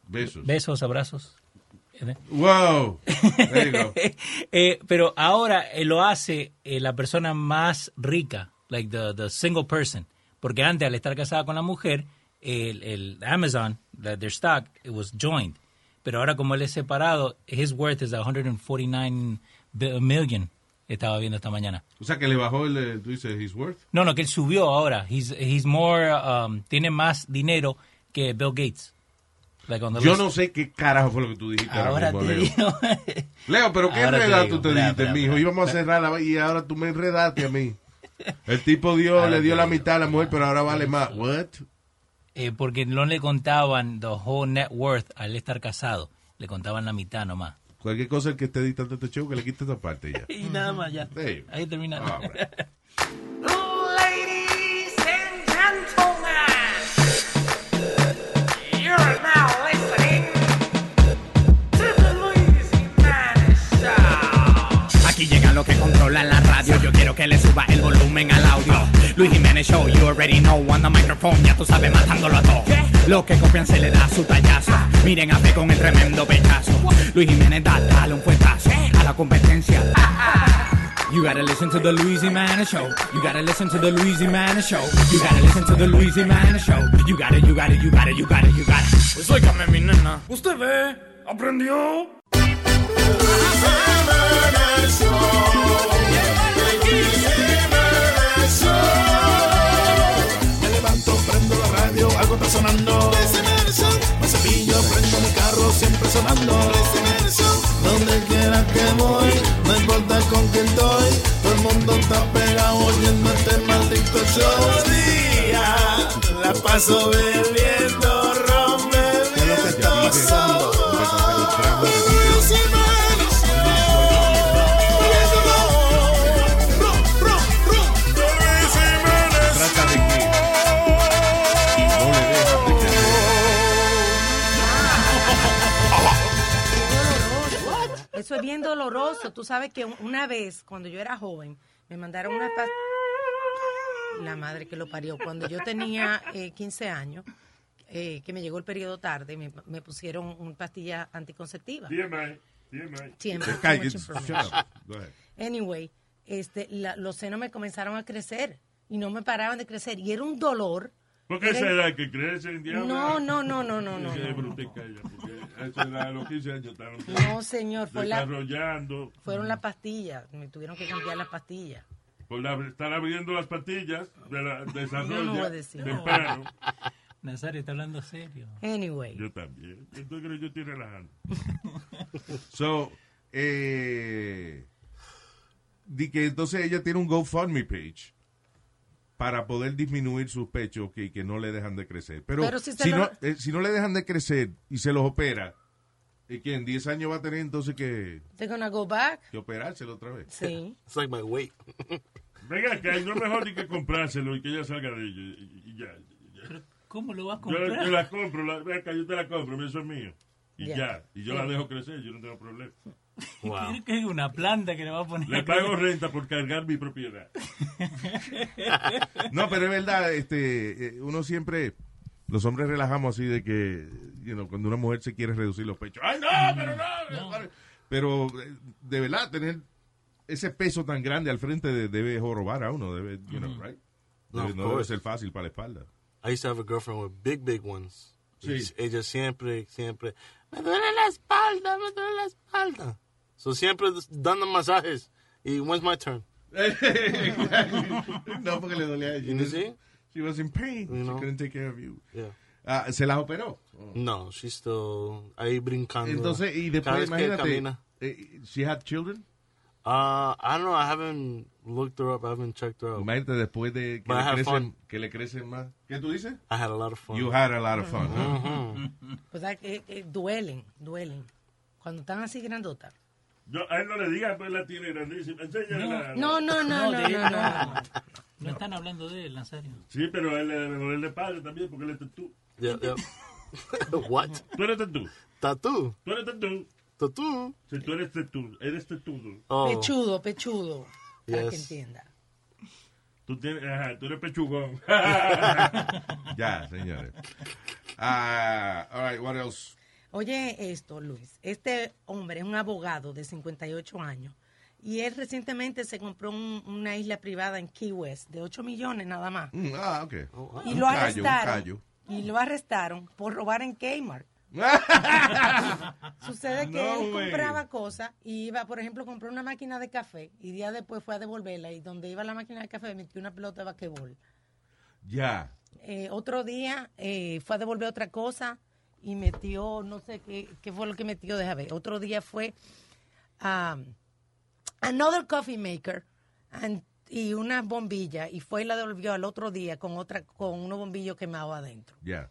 S3: Besos.
S4: Besos, abrazos.
S3: Wow. There you go.
S4: Eh, pero ahora eh, lo hace eh, la persona más rica, like the, the single person. Porque antes, al estar casada con la mujer, el, el Amazon, the- their stock, it was joined. Pero ahora, como él es separado, his worth is 149 bi- million. Estaba viendo esta mañana.
S3: O sea, que le bajó el, eh, tú dices, his worth.
S4: No, no, que él subió ahora. He's, he's more, um, tiene más dinero que Bill Gates. Like on the
S3: Yo
S4: list.
S3: no sé qué carajo fue lo que tú dijiste ahora,
S4: Ahora
S3: mismo,
S4: te
S3: Leo.
S4: digo.
S3: Leo, pero qué
S4: Ahora te
S3: enreda
S4: digo,
S3: tú te
S4: espera,
S3: diste,
S4: espera,
S3: mijo.
S4: espera.
S3: Íbamos a cerrar la y ahora tú me enredaste a mí. El tipo dio, le dio la mitad a la mujer, pero ahora vale más. What?
S4: Eh, porque no le contaban the whole net worth al estar casado. Le contaban la mitad nomás.
S3: Cualquier cosa el que esté editando este show, que le quite esa parte ya.
S4: Y nada más, ya.
S3: Sí.
S4: Ahí termina.
S3: Ah, bueno.
S9: Ladies and gentlemen, you're now listening to the Luis Jimenez Show. Aquí llegan los que controlan la radio. Yo quiero que le suba el volumen al audio. Luis Jiménez Show, you already know. On the microphone, ya tú sabes, matándolo a todo. Lo que copian se le da su tallazo. Miren a Fe con el tremendo pechazo. Luis Jiménez da, dale un fuetazo a la competencia. You gotta listen to the Luis Jimenez show. You gotta listen to the Luis Jimenez show. You gotta listen to the Luis Jimenez show. You gotta, you gotta, you gotta, you gotta, you gotta. Pues óigame, mi nena. Usted ve, aprendió.
S11: Me levanto, prendo la radio, algo está sonando. Me cepillo, prendo mi carro, siempre sonando. Donde quiera que voy, no importa con quién estoy. Todo el mundo está pegado oyendo este maldito show. día la paso bebiendo ron, bebiendo. ¿Qué está pasando?
S3: Trata de que. Y no le dejas de querer.
S5: Eso es bien doloroso. Tú sabes que una vez, cuando yo era joven, me mandaron una pas- La madre que lo parió. Cuando yo tenía eh, 15 años, eh, que me llegó el periodo tarde, me, me pusieron una pastilla anticonceptiva.
S7: TMI, TMI.
S5: Siempre,
S3: Te
S5: too
S3: calles.
S5: much
S3: Shut
S5: information.
S3: up. Go ahead.
S5: Anyway, este, la- los senos me comenzaron a crecer y no me paraban de crecer. Y era un dolor.
S7: ¿Por qué
S5: Era-
S7: será que crees en diablo?
S5: No, no, no, no, no, no.
S7: Sí,
S5: no.
S7: pero te callas, porque eso era a los 15 años. Estaban
S5: No, señor, fue la-
S7: desarrollando,
S5: fueron las pastillas. Me tuvieron que cambiar las pastillas.
S7: por Pues la- estar abriendo las patillas de la
S5: Yo no voy
S7: desarrollo
S5: a decir.
S7: temprano.
S4: Nazario está hablando serio.
S5: Anyway,
S7: Yo también. Entonces creo que yo estoy relajando.
S3: So, eh, di que entonces ella tiene un GoFundMe page para poder disminuir sus pechos que, que no le dejan de crecer. Pero,
S5: Pero si
S3: si,
S5: se lo-
S3: no, eh, si no le dejan de crecer y se los opera, ¿y que en 10 años va a tener entonces que,
S5: they're gonna go back.
S3: que operárselo otra vez?
S5: Sí.
S6: It's like my weight.
S7: Venga, acá, no es mejor ni que comprárselo y que ella salga de ello. Y- y ya, y ya.
S4: ¿Cómo lo vas a
S7: Yo,
S4: comprar?
S7: yo la compro, la, ven acá, yo te la compro, eso es mío. Y
S5: Ya.
S7: ya, y yo la dejo crecer, yo no tengo problema.
S4: ¿Quieres que haya una planta que le va a poner?
S7: Le pago renta por cargar mi propiedad.
S3: No, pero es verdad, este, eh, uno siempre, los hombres relajamos así de que, you know, cuando una mujer se quiere reducir los pechos, ¡ay no, pero no! Pero eh, de verdad, tener ese peso tan grande al frente de- debe jorobar a uno, debe, you know, right?
S6: No,
S3: Debe-
S6: of
S3: no debe
S6: course.
S3: ser fácil para la espalda.
S6: I used to have a girlfriend with big, big ones.
S3: Sí.
S6: Ella siempre, siempre, me duele la espalda, me duele la espalda. So siempre dando masajes. Y when's my turn?
S3: no, porque le dolía a
S6: You see?
S3: She was in pain.
S6: You
S3: She
S6: know.
S3: couldn't take care of you.
S6: Yeah.
S3: Ah, se las operó.
S9: Oh.
S6: No, she's still ahí brincando.
S3: Entonces, y
S6: Cada
S3: después,
S6: vez que
S3: imagínate,
S6: camina.
S3: eh, she had children.
S6: Uh, I don't know. I haven't looked her up. I haven't checked her out.
S3: Imagínate después de que
S6: But I
S3: le,
S6: had
S3: crecen,
S6: fun.
S3: que le crecen más. ¿Qué tú dices?
S6: I had a lot of fun.
S3: You had a lot of fun. huh?
S5: Pues da que- que duelen, duelen. Cuando están así grandotas.
S7: Yo, a él no le diga, pues la tiene grandísima. Enséñale la-
S5: No, no, no, no,
S4: de-
S5: no, no.
S4: No están hablando de él, Nazario.
S7: Sí, pero a él le le duele la espalda también, porque él es tú.
S6: Yeah, yeah. what?
S7: Tú eres tú.
S6: Tattoo.
S7: Tú eres tú.
S6: Tattoo.
S7: Si tú eres tú, eres tú.
S6: Oh,
S5: Pechudo, pechudo. Para que
S6: Yes.
S5: entienda.
S7: Tú, tienes, ajá, tú eres pechugón.
S3: Ya, señores. Ah, all right, what else?
S5: Oye esto, Luis. Este hombre es un abogado de 58 años y él recientemente se compró un- una isla privada en Key West de 8 millones nada más.
S3: Mm, ah, ok.
S5: Y
S3: Un
S5: lo
S3: callo, un
S5: arrestaron.
S3: callo.
S5: Y lo arrestaron por robar en Kmart. Sucede que
S3: No
S5: él
S3: way.
S5: compraba cosas y iba, por ejemplo, compró una máquina de café y día después fue a devolverla y donde iba la máquina de café metió una pelota de basquetbol.
S3: Ya.
S5: Eh, otro día eh, fue a devolver otra cosa y metió, no sé qué, qué fue lo que metió, déjame ver. Otro día fue um, another coffee maker and- y una bombilla y fue y la devolvió al otro día con otra con unos bombillos quemados adentro.
S3: Ya.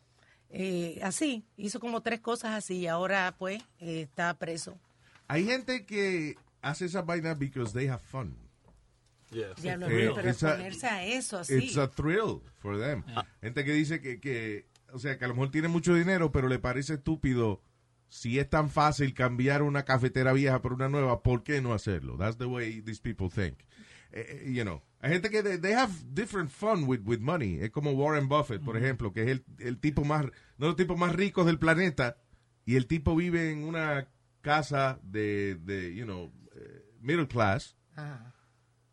S5: Eh, así, hizo como tres cosas así y ahora pues eh, está preso.
S3: Hay gente que hace esas vainas because they have fun.
S5: Diablo,
S3: Eh,
S5: pero
S3: it's a-
S5: ponerse a eso así.
S3: It's a thrill for them. Gente que dice que, que, o sea, que a lo mejor tiene mucho dinero, pero le parece estúpido. Si es tan fácil cambiar una cafetera vieja por una nueva, ¿por qué no hacerlo? That's the way these people think. Eh, eh, you know, hay gente que they, they have different fun with, with money. Es como Warren Buffett, por ejemplo, que es el, el tipo más, uno de los tipos más ricos del planeta. Y el tipo vive en una casa de, de you know, eh, middle class
S5: Ajá.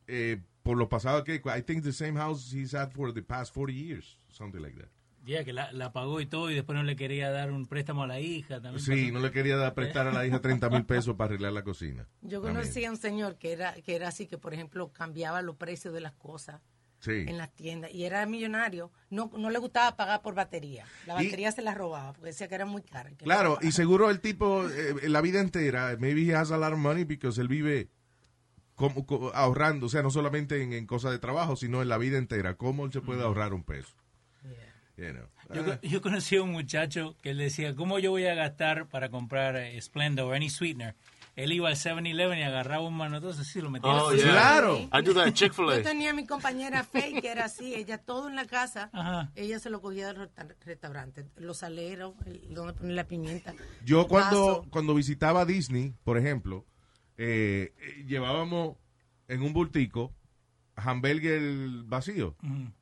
S3: eh, por lo pasado que I think the same house he's had for the past 40 years, something like that.
S4: Ya, que la, la pagó y todo, y después no le quería dar un préstamo a la hija. También
S3: Sí,
S4: pasó.
S3: no le quería dar prestar a la hija 30 mil pesos para arreglar la cocina.
S5: Yo conocí a un señor que era, que era así, que por ejemplo cambiaba los precios de las cosas
S3: Sí.
S5: en las tiendas y era millonario. No, no le gustaba pagar por batería. La
S3: Y-
S5: batería se la robaba porque decía que era muy cara. y que no
S3: Claro, y seguro el tipo, eh, la vida entera, maybe he has a lot of money because él vive como- co- ahorrando, o sea, no solamente en, en cosas de trabajo, sino en la vida entera. ¿Cómo él se puede ahorrar un peso? You know. Ah.
S4: Yo, co- yo conocí a un muchacho que él decía, ¿cómo yo voy a gastar para comprar eh, Splenda o any sweetener? Él iba al 7-Eleven y agarraba un manotazo así y lo metía. en la
S6: Oh,
S4: bolsa.
S6: yeah. Claro. I do that at Chick-fil-A.
S5: Yo tenía a mi compañera Faye, que era así, ella todo en la casa,
S3: Ah.
S5: ella se lo cogía del resta- restaurante, los aleros, el- donde poner la pimienta.
S3: Yo
S5: el
S3: cuando,
S5: vaso.
S3: cuando visitaba Disney, por ejemplo, eh, eh, llevábamos en un bultico hamburger vacío.
S5: Un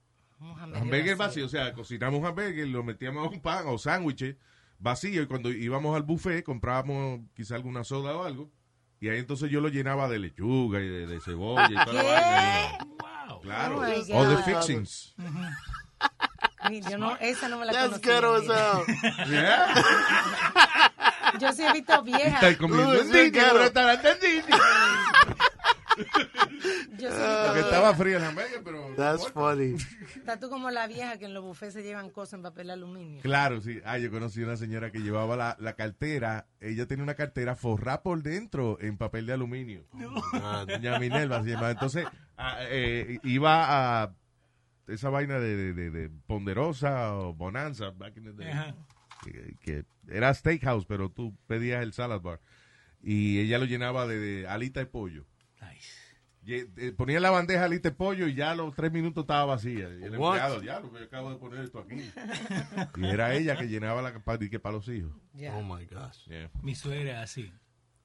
S5: hamburger
S3: Hamburger
S5: vacío.
S3: vacío, o sea, cocinamos un hamburger, lo metíamos a un pan o sándwiches vacío y cuando íbamos al buffet comprábamos quizá alguna soda o algo y ahí entonces yo lo llenaba de lechuga y de, de cebolla y toda la
S5: ¿Qué?
S3: vaina. Claro,
S5: Oh my
S3: o de
S5: God. Mm.
S3: fixings.
S5: Ni- Yo no, esa no me la
S6: That's
S5: conocía.
S6: ghetto as
S5: mira.
S6: hell.
S5: Yo sí he visto viejas.
S3: Está comiendo en Disney, en un restaurante en Disney.
S5: Yo sí he visto
S3: Porque estaba fría el hamburger, pero...
S6: That's funny.
S5: Está tú como la vieja que en los buffets se llevan cosas en papel aluminio.
S3: Claro, sí. Ah, yo conocí una señora que llevaba la, la cartera. Ella tenía una cartera forrada por dentro en papel de aluminio. Ah, Doña Minerva se llamaba. Entonces, ah, eh, iba a esa vaina de, de- de- de Ponderosa o Bonanza, back in the day.
S4: Ajá.
S3: Que, que era steakhouse, pero tú pedías el salad bar. Y ella lo llenaba de, de alita de pollo. Ye- eh, Ponía en la bandeja alita de pollo y ya a los tres minutos estaba vacía. Y el
S6: What?
S3: empleado, ya, lo que acabo de poner esto aquí. Y era ella que llenaba la capa- y que para los hijos.
S5: Yeah.
S6: Oh my gosh.
S3: Yeah.
S4: Mi suegra es así.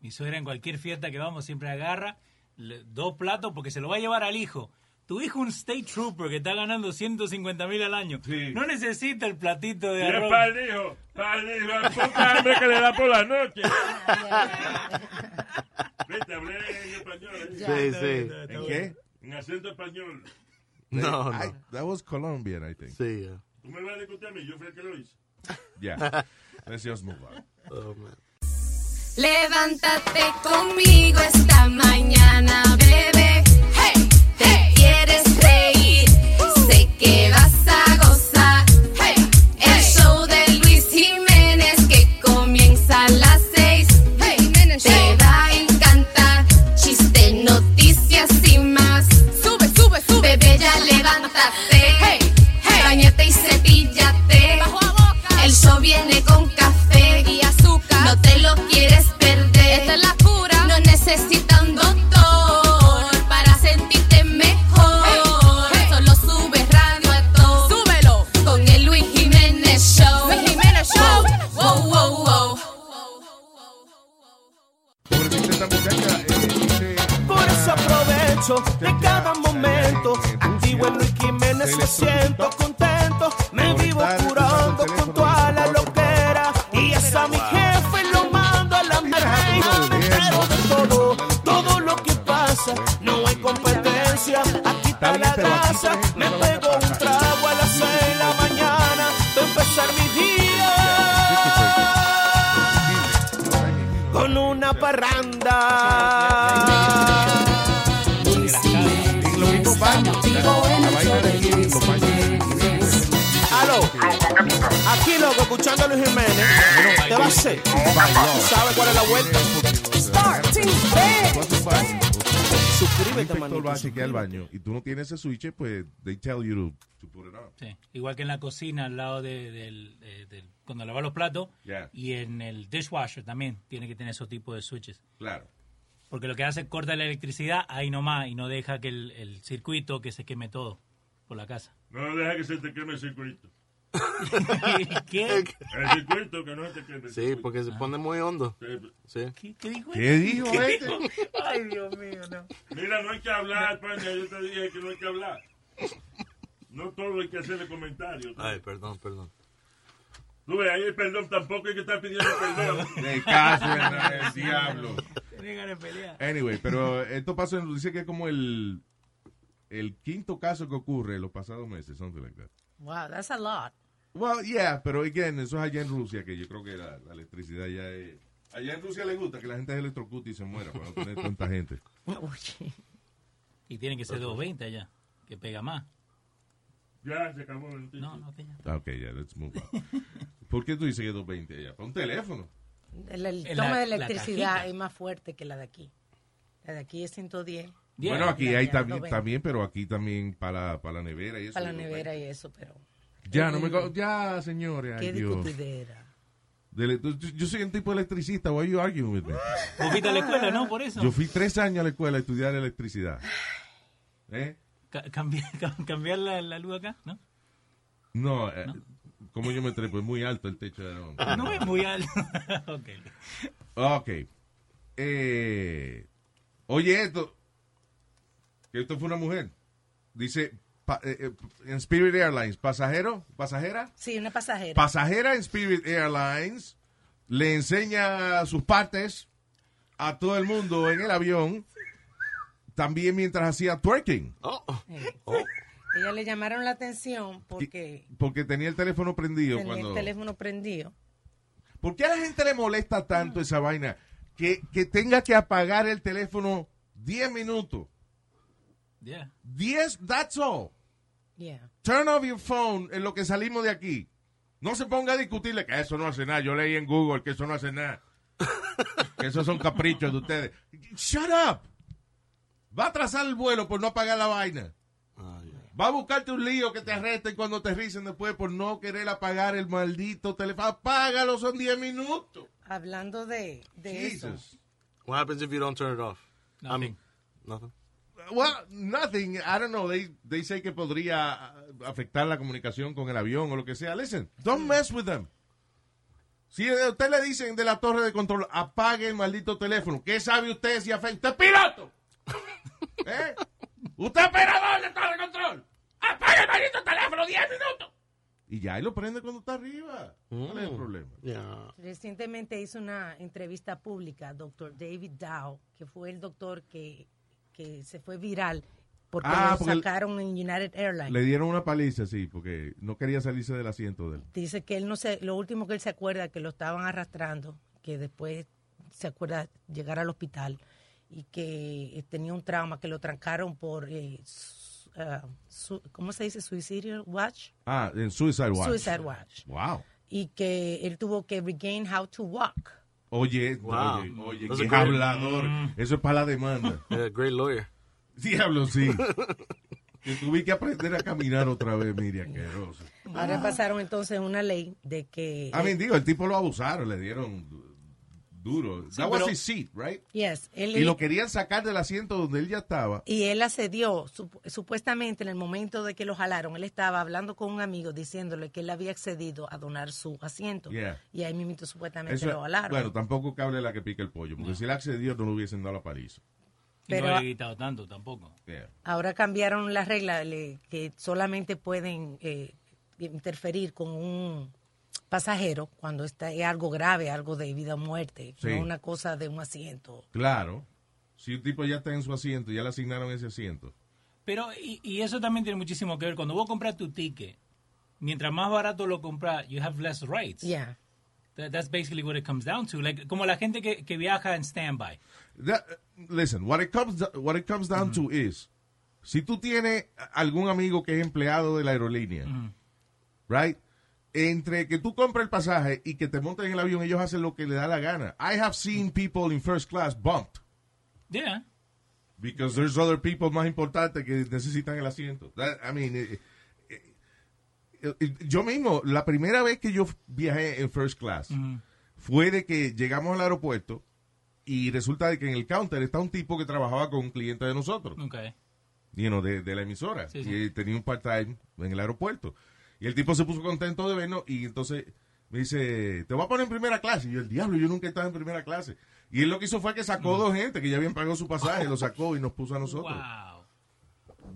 S4: Mi suegra en cualquier fiesta que vamos siempre agarra le- dos platos porque se lo va a llevar al hijo. Tu hijo un state trooper que está ganando 150 mil al año. No necesita el platito de
S7: Mira
S4: arroz.
S7: para el hijo, para el hijo, la poca hambre que le da por la noche. Vete, hablé en español. ¿eh?
S6: Ya. Sí, sí.
S3: ¿En qué?
S7: En acento español.
S6: No,
S3: I-
S6: no.
S3: that was Colombian, I think.
S6: Sí, yeah.
S7: Tú me vas a discutir a mí, yo fui el que lo hice.
S3: Yeah. Let's just move on.
S6: Oh man.
S10: Levántate conmigo esta mañana, bebé. Hey, te quieres reír. Sé que vas a gozar. Hey, el show de Luis Jiménez que comienza a las seis. Hey, te va a encantar. Chiste, noticias y más. Sube, sube, sube. Bebé, ya levántate. Hey, hey. Bañate y cepillate. El show viene con café y azúcar. No te lo quieres perder. Esta es la cura. No necesita un doctor para sentirte mejor. Solo sube radio a todo. Súbelo. Con el Luis Jiménez Show. Luis Jiménez Show. Wow, wow, wow.
S3: eh,
S8: Por eso aprovecho de cada momento. Activo en Luis Jiménez, me siento contento. Me vivo curando con toda la loquera.
S11: parranda.
S3: Lo mismo paño. La la vaina de aquí, mismo paño.
S11: Aló, aquí loco, escuchando a Luis Jiménez. ¿Qué va a hacer? ¿Tú sabes cuál es la vuelta? Suscríbete,
S3: Tú lo haces que al baño y tú no tienes ese switch, pues they tell you to, to put it on.
S4: Sí. Igual que en la cocina, al lado de- del, eh, del- cuando lavas los platos.
S3: Yeah.
S4: Y en el dishwasher también tiene que tener esos tipos de switches.
S3: Claro.
S4: Porque lo que hace es corta la electricidad ahí nomás y no deja que el, el circuito que se queme todo por la casa.
S7: No deja que se te queme el circuito.
S4: ¿Qué?
S7: El circuito que no se te queme.
S6: Sí, porque se pone muy hondo. Sí.
S4: ¿Qué dijo?
S3: ¿Qué dijo este?
S4: Ay, Dios mío, no.
S7: pues, Mira, no hay que hablar, España. Yo te dije que no hay que hablar. No todo hay que hacerle comentarios.
S6: Ay, perdón, perdón.
S7: Tú ves, ahí el perdón tampoco hay que estar pidiendo perdón.
S3: De caso en el diablo.
S4: pelear.
S3: Anyway, pero esto pasó, en- dice que es como el, el quinto caso que ocurre en los pasados meses, something like that.
S5: Wow, that's a lot.
S3: Well, yeah, pero again, eso es allá en Rusia, que yo creo que la, la electricidad ya es... Allá en Rusia le gusta que la gente se electrocute y se muera para no tener tanta gente.
S4: Y tiene que ser 220 allá, que pega más.
S7: Ya, se acabó el
S4: No,
S7: título.
S4: no, que ya.
S3: Ah, Ok, ya, let's move on. ¿Por qué tú dices que 220 allá? Para un teléfono.
S5: El, el
S4: En la-
S5: toma de
S4: la
S5: electricidad
S4: cajita.
S5: es más fuerte que la de aquí. La de aquí es 110
S4: Bien.
S3: bueno, aquí
S5: Ya,
S3: hay
S5: ya,
S3: también,
S5: 220.
S3: también, pero aquí también para la, para la nevera y eso.
S5: para la nevera y eso, pero
S3: Ya, no me... co- Ya, señores,
S5: qué
S3: ay Dios.
S5: discutidera.
S3: Dele- tú- yo, yo soy un tipo electricista, why you arguing with me?
S4: Vos fuiste a la escuela, ¿no? Por eso.
S3: Yo fui tres años a la escuela a estudiar electricidad. ¿Eh?
S4: Ca- cambiar ca- cambiar la, la luz acá, ¿no?
S3: No, eh, como yo me trepo, es muy alto el techo de la onda.
S4: No es muy alto. ok.
S3: Ok. Eh, oye, esto. Que esto fue una mujer. Dice, pa- eh, eh, en Spirit Airlines, pasajero, pasajera.
S5: Sí, una pasajera.
S3: Pasajera en Spirit Airlines le enseña sus partes a todo el mundo en el avión. También mientras hacía twerking.
S6: Oh,
S5: Ella eh. le llamaron la atención porque
S3: Porque tenía el teléfono prendido.
S5: tenía
S3: cuando...
S5: el teléfono prendido.
S3: ¿Por qué a la gente le molesta tanto esa vaina? Que, que tenga que apagar el teléfono 10 minutos.
S4: Yeah.
S3: 10, that's all.
S5: Yeah.
S3: Turn off your phone en lo que salimos de aquí. No se ponga a discutirle que eso no hace nada. Yo leí en Google que eso no hace nada. que esos son caprichos de ustedes. Shut up. Va a atrasar el vuelo por no apagar la vaina.
S6: ay, ay.
S3: Va a buscarte un lío que te arresten cuando te risen después por no querer apagar el maldito teléfono. Apágalo, son 10 minutos.
S5: Hablando de, de eso.
S3: Jesus.
S6: What happens if you don't turn it off? I mean,
S4: Nothing.
S6: nothing.
S3: Well, nothing. I don't know. They, they say que podría uh, afectar la comunicación con el avión o lo que sea. Listen, don't mess with them. Si a usted le dicen de la torre de control, apague el maldito teléfono. ¿Qué sabe usted si afecta? ¡Usted es piloto! ¿Eh? ¡Usted es operador de torre de control! ¡Apague el maldito teléfono 10 minutos! Y ya, y lo prende cuando está arriba. ¿Cuál es el problema?
S6: Yeah.
S5: Recientemente hizo una entrevista pública, doctor David Dow, que fue el doctor que, que se fue viral porque
S3: Ah,
S5: lo
S3: porque el-
S5: sacaron en United Airlines.
S3: Le dieron una paliza, sí, porque no quería salirse del asiento de él.
S5: Dice que él no se, lo último que él se acuerda que lo estaban arrastrando, que después se acuerda llegar al hospital y que eh, tenía un trauma, que lo trancaron por, eh, su- ah, su- ¿cómo se dice? Suicidio Watch.
S3: Ah, en Suicide Watch.
S5: Suicide Watch.
S3: Wow.
S5: Y que él tuvo que regain how to walk.
S3: Oye,
S6: Wow.
S3: oye, oye,
S6: That's
S3: qué
S6: a great-
S3: hablador. Eso es para la demanda.
S6: Yeah, great lawyer.
S3: Diablo, sí. Que tuve que aprender a caminar otra vez, Miriam, qué roso. Ah.
S5: Ahora pasaron entonces una ley de que...
S3: A mí, digo, el tipo lo abusaron, le dieron du- duro. That was
S4: pero-
S3: his seat, right?
S5: Yes, él-
S3: Y lo querían sacar del asiento donde él ya estaba.
S5: Y él accedió, sup- supuestamente en el momento de que lo jalaron, él estaba hablando con un amigo diciéndole que él había accedido a donar su asiento.
S3: Yeah.
S5: Y ahí mismo supuestamente
S3: Eso-
S5: lo jalaron.
S3: bueno, tampoco cable la que pica el pollo, porque si él accedió no le hubiesen dado la paliza.
S4: Y no
S5: Pero-
S4: le he gritado tanto tampoco.
S3: Yeah.
S5: Ahora cambiaron la regla le- que solamente pueden eh, interferir con un pasajero cuando está es algo grave, algo de vida o muerte,
S3: Sí.
S5: no una cosa de un asiento.
S3: Claro. Si un tipo ya está en su asiento, ya le asignaron ese asiento.
S4: Pero, y, y eso también tiene muchísimo que ver. Cuando vos compras tu ticket, mientras más barato lo compras, you have less rights.
S5: Yeah.
S4: That- that's basically what it comes down to. Like, como la gente que, que viaja en standby.
S3: That- uh, listen, what it comes, what it comes down to is, si tú tienes algún amigo que es empleado de la aerolínea, right? Entre que tú compras el pasaje y que te monten en el avión, ellos hacen lo que le da la gana. I have seen people in first class bumped
S4: Yeah.
S3: because there's other people más importantes que necesitan el asiento. That- I mean, eh, eh, eh, yo mismo, la primera vez que yo viajé en first class
S4: Mm-hmm.
S12: Ujú.
S3: fue de que llegamos al aeropuerto y resulta de que en el counter está un tipo que trabajaba con un cliente de nosotros,
S4: Okay.
S3: you know, de, de la emisora,
S4: Mm. Sí, sí.
S3: y tenía un part-time en el aeropuerto. Y el tipo se puso contento de vernos y entonces me dice, te voy a poner en primera clase. Y yo, el diablo, yo nunca estaba en primera clase. Y él lo que hizo fue que sacó
S4: Mm.
S3: dos gente que ya habían pagado su pasaje, lo sacó y nos puso a nosotros.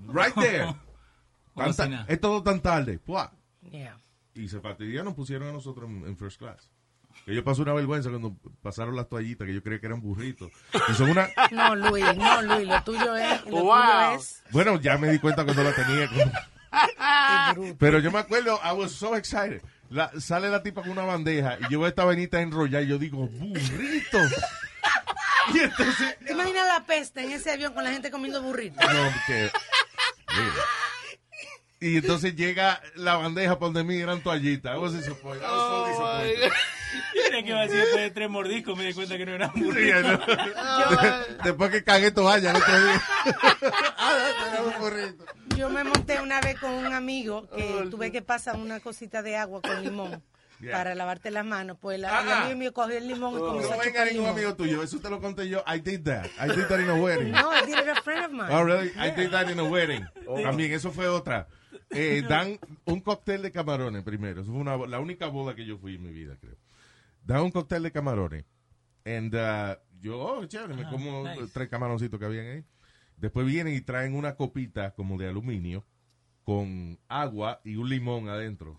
S3: Right there.
S4: Como
S3: Tan
S4: si
S3: ta-
S4: nada.
S3: es todo tan tarde. Pua.
S5: Yeah.
S3: Y se fastidiaron, nos pusieron a nosotros en, en first class. Que yo pasé una vergüenza cuando pasaron las toallitas, que yo creía que eran burritos. Y son una...
S5: No, Luis, no, Luis, lo tuyo es. Lo tuyo
S6: Wow.
S5: es.
S3: Bueno, ya me di cuenta cuando la tenía. Pero yo me acuerdo, I was so excited. La- sale la tipa con una bandeja y yo veo esta vainita enrollada y yo digo, burrito. y entonces...
S5: ¿Te imaginas la peste en ese avión con la gente comiendo burritos?
S3: No, que- Mira. Y entonces llega la bandeja por donde mí eran toallitas. I was disappointed. I was so disappointed.
S4: Mira que va a decir después de tres mordiscos, me di cuenta que no era un
S3: Sí, ya no. De- Después que cagué toalla el otro día. Ah,
S5: Yo me monté una vez con un amigo que
S3: Oh,
S5: tuve que pasar una cosita de agua con limón
S3: Yeah.
S5: para lavarte las manos. Pues la, el
S3: Ah.
S5: amigo mío cogió el limón y
S3: No
S5: comenzó a
S3: venga
S5: chupar
S3: ningún
S5: limón.
S3: amigo tuyo. Eso te lo conté yo. I did that. I did that in a wedding.
S5: No, I did it a friend of mine.
S3: Oh, really? I did that in a wedding. También, eso fue otra. Eh, dan un cóctel de camarones primero. Eso fue una, bo- la única boda que yo fui en mi vida, creo. Dan un cóctel de camarones. And uh, yo, oh, chévere, me
S12: Ah,
S3: como
S12: nice.
S3: tres camaroncitos que habían ahí. Después vienen y traen una copita como de aluminio con agua y un limón adentro.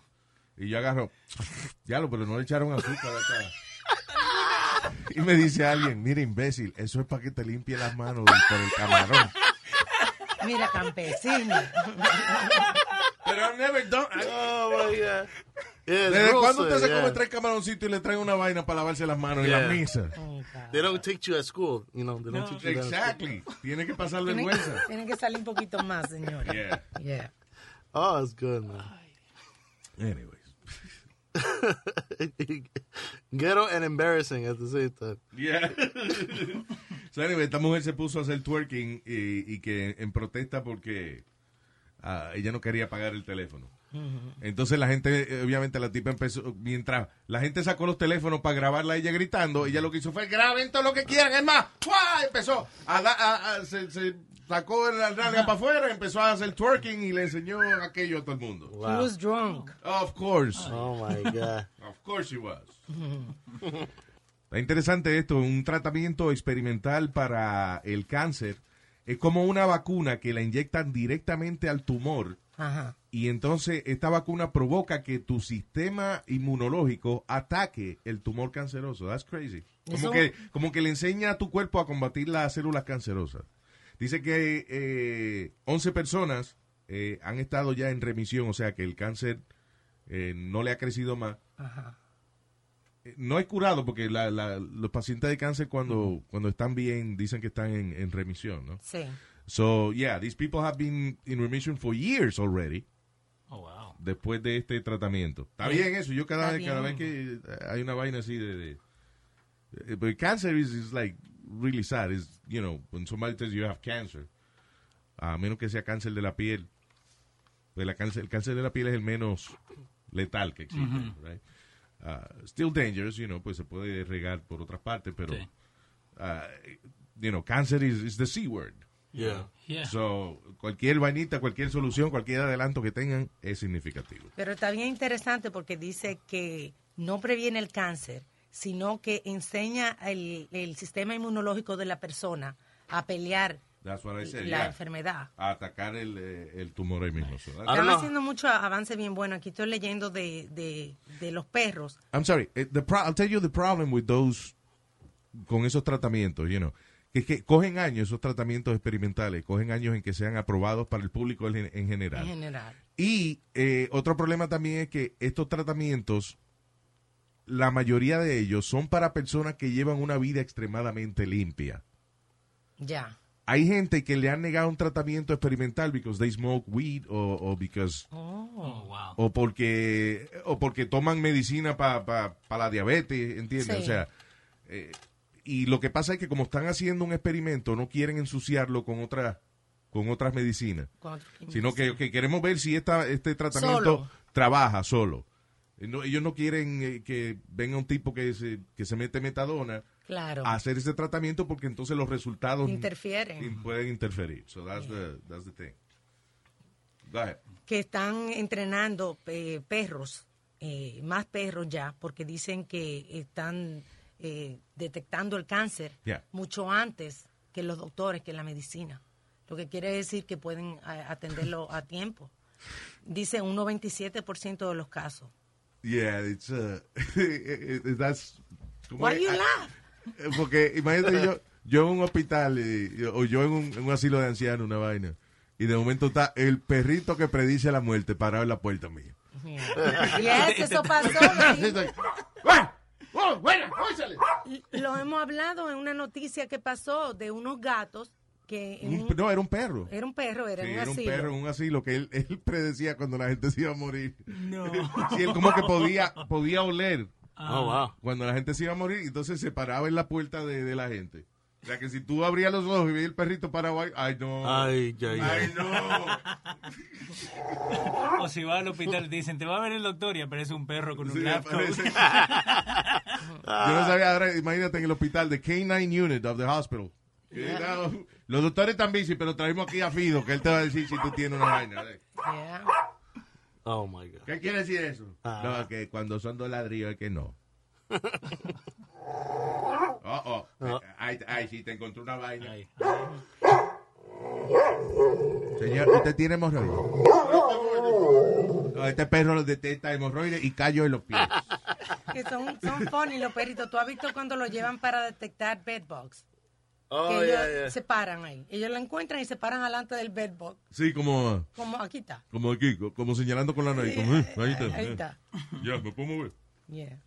S3: Y yo agarro, ya lo, pero no le echaron azúcar acá. Y me dice alguien, mira imbécil, eso es para que te limpie las manos del- por el camarón.
S5: Mira, campesino.
S3: Pero I've never done.
S6: Oh my God. Yeah, it's
S3: ¿Desde
S6: gross,
S3: cuándo usted se
S6: yeah.
S3: come tres camaroncitos y le traen una vaina para lavarse las manos en
S6: Yeah.
S3: la misa?
S6: They don't teach you at school, you know. They don't teach you that at school.
S3: Exactly. Tiene que pasar
S5: Tienen que,
S3: vergüenza.
S5: tienen que salir un poquito más, señor.
S3: Yeah.
S5: Yeah.
S6: Oh, it's good, man.
S3: Anyways.
S6: Ghetto and embarrassing at the same time.
S3: Yeah. So anyway, esta mujer se puso a hacer twerking y, y que en protesta porque ah, ella no quería pagar el teléfono. Entonces la gente, eh, obviamente la tipa empezó, mientras la gente sacó los teléfonos para grabarla ella gritando, ella lo que hizo fue graben todo lo que quieran, es más, ¡fua! empezó a, da- a- a- se, se sacó la nalga para afuera, empezó a hacer twerking y le enseñó aquello a todo el mundo.
S5: He was drunk.
S3: Of course.
S6: Oh my God.
S3: Of course she was. Está interesante esto, un tratamiento experimental para el cáncer. Es como una vacuna que la inyectan directamente al tumor
S5: Ajá.
S3: y entonces esta vacuna provoca que tu sistema inmunológico ataque el tumor canceroso. That's crazy. Como,
S12: Eso-
S3: que, como que le enseña a tu cuerpo a combatir las células cancerosas. Dice que eh, 11 personas eh, han estado ya en remisión, o sea que el cáncer eh, no le ha crecido más
S5: Ajá.
S3: eh, no es curado porque la- la- los pacientes de cáncer cuando, cuando están bien dicen que están en, en remisión, ¿no?
S5: Sí.
S3: So, yeah, these people have been in remission for years already
S4: Oh, wow.
S3: después de este tratamiento. Está
S12: Sí.
S3: bien eso. Yo
S12: Está
S3: cada vez, cada vez
S12: bien.
S3: que eh, hay una vaina así de... de- eh, but cancer is, is like really sad. It's, you know, when somebody tells you you have cancer, a menos que sea cáncer de la piel, pues la cáncer, el cáncer de la piel es el menos letal que existe.
S12: Ujú.
S3: right? Ah, still dangerous, you know, pues se puede regar por otras partes, pero...
S12: Sí.
S3: ah, you know, cancer is, is the C word.
S6: Yeah.
S12: Eh.
S4: Yeah.
S3: So, cualquier vainita, cualquier solución, cualquier adelanto que tengan es significativo.
S5: Pero está bien interesante porque dice que no previene el cáncer, sino que enseña el, el sistema inmunológico de la persona a pelear
S3: That's what I said,
S5: la
S3: yeah.
S5: enfermedad.
S3: A atacar el, eh, el tumor ahí mismo. So that's-
S5: Están haciendo mucho avance bien bueno. Aquí estoy leyendo de, de, de los perros.
S3: I'm sorry. eh, The pro- I'll tell you the problem with those, con esos tratamientos, you know. Que es que cogen años esos tratamientos experimentales, cogen años en que sean aprobados para el público en, en general.
S5: En general.
S3: Y eh, otro problema también es que estos tratamientos, la mayoría de ellos son para personas que llevan una vida extremadamente limpia.
S5: Ya.
S3: Hay gente que le han negado un tratamiento experimental because they smoke weed o, o because
S5: Oh, wow.
S3: o porque o porque toman medicina para la diabetes, ¿entiendes?
S5: Sí.
S3: O sea, eh, y lo que pasa es que como están haciendo un experimento, no quieren ensuciarlo con otras con otras medicinas,
S5: Con otras
S3: sino que ok, queremos ver si esta, este tratamiento
S5: Solo.
S3: trabaja solo. Eh, no- ellos no quieren eh, que venga un tipo que se, que se mete metadona
S5: Claro.
S3: a hacer ese tratamiento porque entonces los resultados
S5: Interfieren.
S3: in- pueden interferir. So that's the, that's the thing. Go ahead.
S5: que están entrenando eh, perros, eh, más perros ya, porque dicen que están eh, detectando el cáncer
S3: Yeah.
S5: mucho antes que los doctores, que la medicina. Lo que quiere decir que pueden a- atenderlo a tiempo. Dice un 97% de los casos.
S3: Yeah, it's uh, it- it- that's. como
S5: Why
S3: que-
S5: you
S3: ah,
S5: laugh?
S3: eh, Porque imagínate yo, yo en un hospital y- o yo en un, en un asilo de ancianos, una vaina, y de momento está el perrito que predice la muerte parado en la puerta mía.
S5: Yes, eso pasó. David.
S3: ¡Oh, buena! ¡Ósale!
S5: Lo hemos hablado en una noticia que pasó de unos gatos que... en
S3: Un-
S5: un-
S3: no, era un perro.
S5: Era un perro, era
S3: Sí,
S5: un
S3: era un
S5: asilo.
S3: perro en un asilo que él, él predecía cuando la gente se iba a morir.
S5: No.
S3: Sí, él como que podía, podía oler ah.
S6: Oh, wow.
S3: cuando la gente se iba a morir, entonces se paraba en la puerta de, de la gente. O sea que si tú abrías los ojos y veías el perrito parado ahí, ay no.
S6: Ay, ya, ya.
S3: Ay, no.
S4: O si va al hospital, dicen, te va a ver el doctor y aparece un perro con un
S3: Sí,
S4: lab coat.
S3: aparece. Yo no sabía, ahora imagínate en el hospital, the K9 unit of the hospital. Que era- Los doctores están bici, pero traemos aquí a Fido, que él te va a decir si tú tienes una vaina. ¿eh?
S5: Yeah.
S6: Oh, my God. Ah.
S3: ¿Qué quiere decir eso? No, que cuando son dos ladrillos es que no. Oh, oh. Ay, ay, sí, te encontré una vaina. Señor, usted tiene hemorroides. No, este perro lo detecta hemorroides y callo en los pies.
S5: que son, son funny los perritos. ¿Tú has visto cuando los llevan para detectar bedbugs? que
S6: Oh,
S5: ellos
S6: yeah, yeah.
S5: se paran ahí. Ellos lo encuentran y se paran delante del bedbug.
S3: Sí, como,
S5: Como aquí está.
S3: como aquí, co- como señalando con la nariz. como, eh, ahí está.
S5: Ahí está.
S3: Ya, me puedo mover.
S5: Yeah.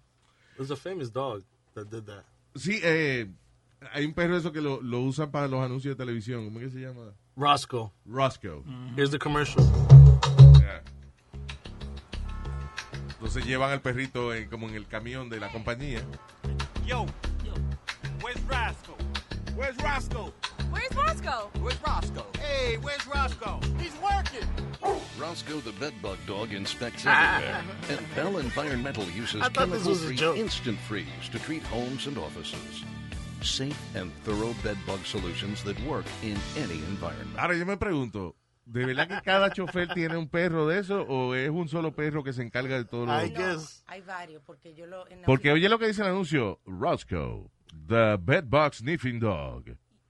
S6: There's a famous dog that did that.
S3: Sí, eh, hay un perro eso que lo, lo usan para los anuncios de televisión. ¿Cómo es que se llama?
S6: Roscoe.
S3: Roscoe.
S6: Here's the commercial.
S3: Yeah. Entonces llevan al perrito en- como en el camión de la compañía.
S12: Yo, where's Roscoe? Where's Roscoe? Where's Roscoe? Where's Roscoe? Hey, where's Roscoe? He's working.
S1: Roscoe the bedbug dog inspects
S11: Ah.
S1: everywhere. and Bell Environmental uses
S12: I thought this was a
S1: chemical-free instant freeze to treat homes and offices. Safe and thorough bedbug solutions that work in any environment.
S3: Ahora yo me pregunto, ¿de verdad que cada chofer tiene un perro de eso o es un solo perro que se encarga de todo lo
S5: No, hay varios, porque yo lo... en la
S3: Porque
S5: oficina-
S3: oye lo que dice el anuncio, Roscoe, the bedbug sniffing dog.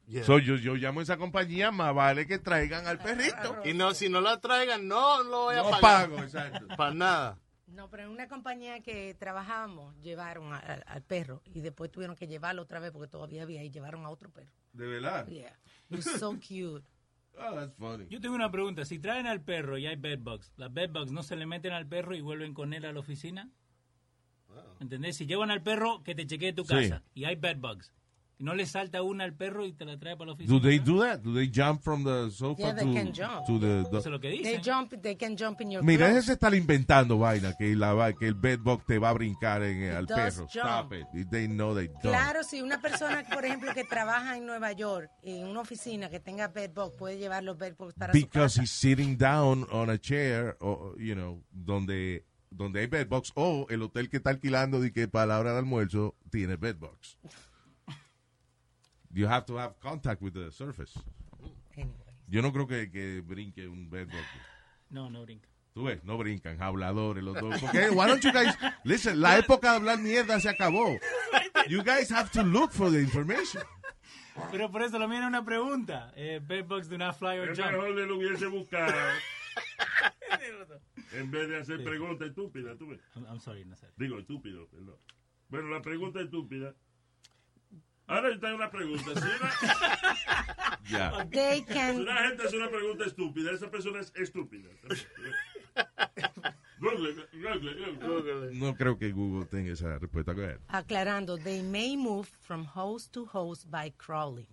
S6: Yeah.
S3: So, yo, yo llamo a esa compañía, más vale que traigan al perrito.
S6: Y no, si no la traigan, no lo voy a
S3: No
S6: pagar.
S3: pago, exacto.
S6: Para nada.
S5: No, pero en una compañía que trabajábamos, llevaron a- a- al perro y después tuvieron que llevarlo otra vez porque todavía había y llevaron a otro perro.
S3: De verdad.
S5: Yeah. It was so cute.
S3: Oh, that's funny.
S4: Yo tengo una pregunta. Si traen al perro y hay bedbugs, ¿las bedbugs no se le meten al perro y vuelven con él a la oficina? ¿Entendés? Si llevan al perro que te chequee tu
S3: Sí.
S4: casa y hay bedbugs, ¿no le salta una al perro y te la trae para la oficina?
S3: Do they do that? Do they jump from the sofa
S5: Yeah, they
S3: to,
S5: can jump.
S3: to the dog?
S4: Eso es lo que
S5: They
S4: dicen.
S5: jump, they can jump in your
S3: Mira,
S5: clothes.
S3: ese se está inventando vaina que, la, va- que el bedbug te va a brincar en, eh, al
S5: does
S3: perro.
S5: jump.
S3: Stop it. They know they don't.
S5: Claro, si una persona, por ejemplo, que trabaja en Nueva York, en una oficina que tenga bedbug, puede llevar los bedbugs para
S3: Because
S5: su casa.
S3: he's sitting down on a chair, o, you know, donde, donde hay bedbugs. O el hotel que está alquilando de que para la hora de almuerzo tiene bedbugs. You have to have contact with the surface. Yo no creo que, que brinque un bedbug.
S4: No, no brinca.
S3: Tú ves, no brincan, habladores los dos. Porque, why don't you guys, listen, la época de hablar mierda se acabó. You guys have to look for the information.
S4: Pero por eso lo mío era una pregunta. Eh, bedbugs do not fly or
S7: Es
S4: jump.
S7: mejor le lo hubiese buscado en vez de hacer preguntas estúpidas. Tú ves.
S4: I'm, I'm sorry, Nazario.
S7: Digo, estúpido, perdón. Bueno, la pregunta estúpida. Ahora yo tengo una pregunta. Si una,
S3: Ya.
S5: They
S7: si
S5: can,
S7: una gente hace una pregunta estúpida, esa persona es estúpida. también. No Google, Google, Google.
S3: No creo que Google tenga esa respuesta. Go ahead.
S5: Aclarando, they may move from host to host by crawling.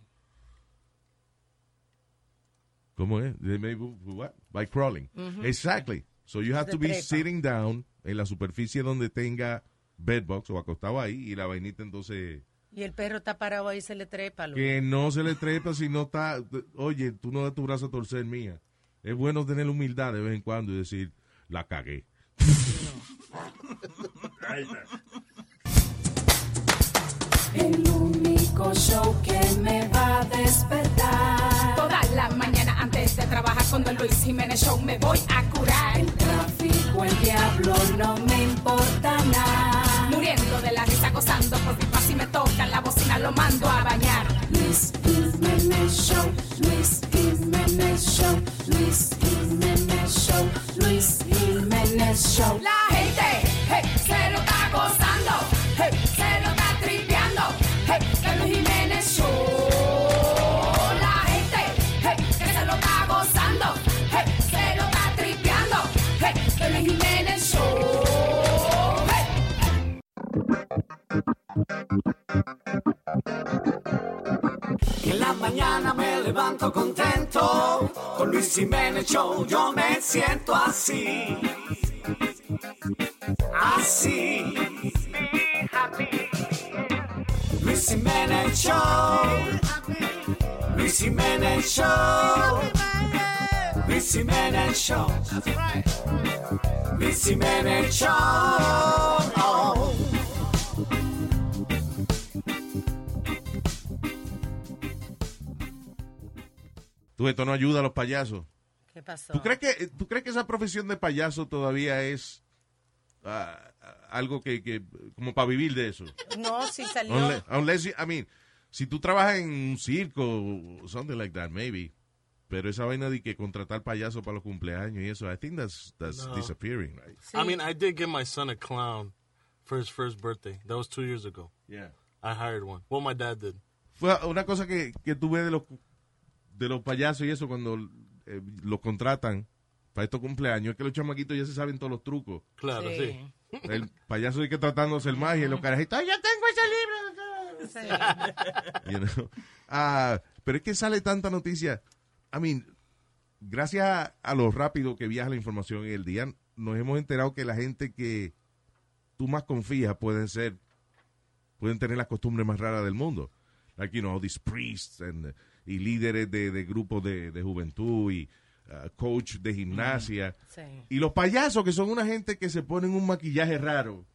S3: ¿Cómo es? They may move what? By crawling.
S5: Ujú.
S3: Exactly. So you have
S5: De
S3: to be
S5: trepa.
S3: sitting down en la superficie donde tenga bedbox o acostado ahí y la vainita entonces
S5: Y el perro está parado ahí se le trepa. loco.
S3: que no se le trepa si no está, oye, tú no das tu brazo a torcer mía. Es bueno tener humildad de vez en cuando y decir, la cagué.
S7: Ahí está.
S13: El único show que me va a despertar. Toda la mañana antes de trabajar con Don Luis Jiménez Show me voy a curar. El tráfico, el diablo, no me importa nada. Muriendo de la risa, gozando por mi paz y me tocan la bocina, lo mando a bañar. Luis Jiménez Show, Luis Jiménez Show, Luis Jiménez Show, Luis Jiménez Show. La gente hey, se lo está gozando, hey, se lo está tripeando, hey, el Luis Jiménez Show. La gente hey, que se lo está gozando, hey, se lo está tripeando, hey, el Luis Jiménez Show. Hey.
S9: En la mañana me levanto contento, con Luis Jiménez Show yo me siento así. Así. Luis Jiménez Show. Luis Jiménez Show. Luis Jiménez Show. Luis Jiménez Show. Oh.
S3: Tú, esto no ayuda a los payasos.
S5: ¿Qué pasó?
S3: ¿Tú crees que, tú crees que esa profesión de payaso todavía es ah, ah, algo que, que- como para vivir de eso?
S5: No, si salió.
S3: Unless, unless you- I mean, si tú trabajas en un circo o something like that, maybe. Pero esa vaina de que contratar payaso para los cumpleaños y eso, I think that's, that's
S6: No.
S3: disappearing, right?
S6: I mean, I did give my son a clown for his first birthday. That was two years ago.
S3: Yeah.
S6: I hired one. Well, my dad did.
S3: Fue una cosa que, que tú ves de los, de los payasos y eso cuando eh, los contratan para estos cumpleaños, es que los chamaquitos ya se saben todos los trucos.
S6: Claro, sí.
S3: El payaso de que tratándose el magia y los carajitos, "Ay, ya tengo ese libro. you know? Ah, pero es que sale tanta noticia. I mean, gracias a, a lo rápido que viaja la información en el día, nos hemos enterado que la gente que tú más confías pueden ser, pueden tener las costumbres más raras del mundo. Like, you know, these priests and- y líderes de, de grupos de, de juventud y ah, coach de gimnasia.
S5: Sí.
S3: Y los payasos que son una gente que se ponen un maquillaje raro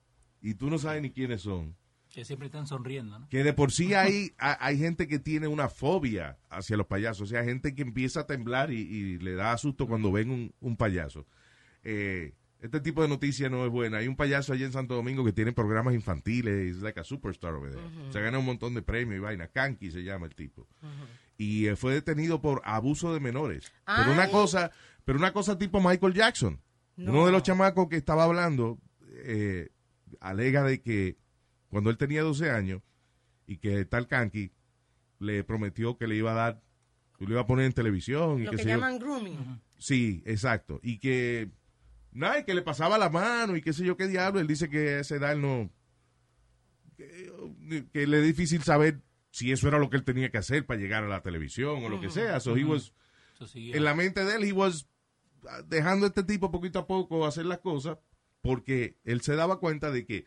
S3: y tú no sabes ni quiénes son.
S4: Que siempre están sonriendo, ¿no?
S3: Que de por sí hay, ha- hay gente que tiene una fobia hacia los payasos. O sea, gente que empieza a temblar y, y le da susto cuando ven un, un payaso. Eh, este tipo de noticia no es buena. Hay un payaso allí en Santo Domingo que tiene programas infantiles. Es like a superstar over there.
S14: Ujú.
S3: Se gana un montón de premios y vaina. Kanki se llama el tipo. Y eh, fue detenido por abuso de menores. Pero una
S14: Ay.
S3: cosa, pero una cosa tipo Michael Jackson.
S14: No.
S3: Uno de los chamacos que estaba hablando eh, alega de que cuando él tenía 12 años y que tal Kanki le prometió que le iba a dar, que le iba a poner en televisión. Y
S5: Lo
S3: qué
S5: que
S3: sé yo.
S5: llaman grooming.
S3: Sí, exacto. Y que, nada, y que le pasaba la mano y qué sé yo qué diablo. Él dice que a esa edad él no, que, que le es difícil saber si eso era lo que él tenía que hacer para llegar a la televisión o lo que sea. So he
S4: Ujú.
S3: was,
S4: Eso sí,
S3: en la mente de él, he was ah, dejando a este tipo poquito a poco hacer las cosas porque él se daba cuenta de que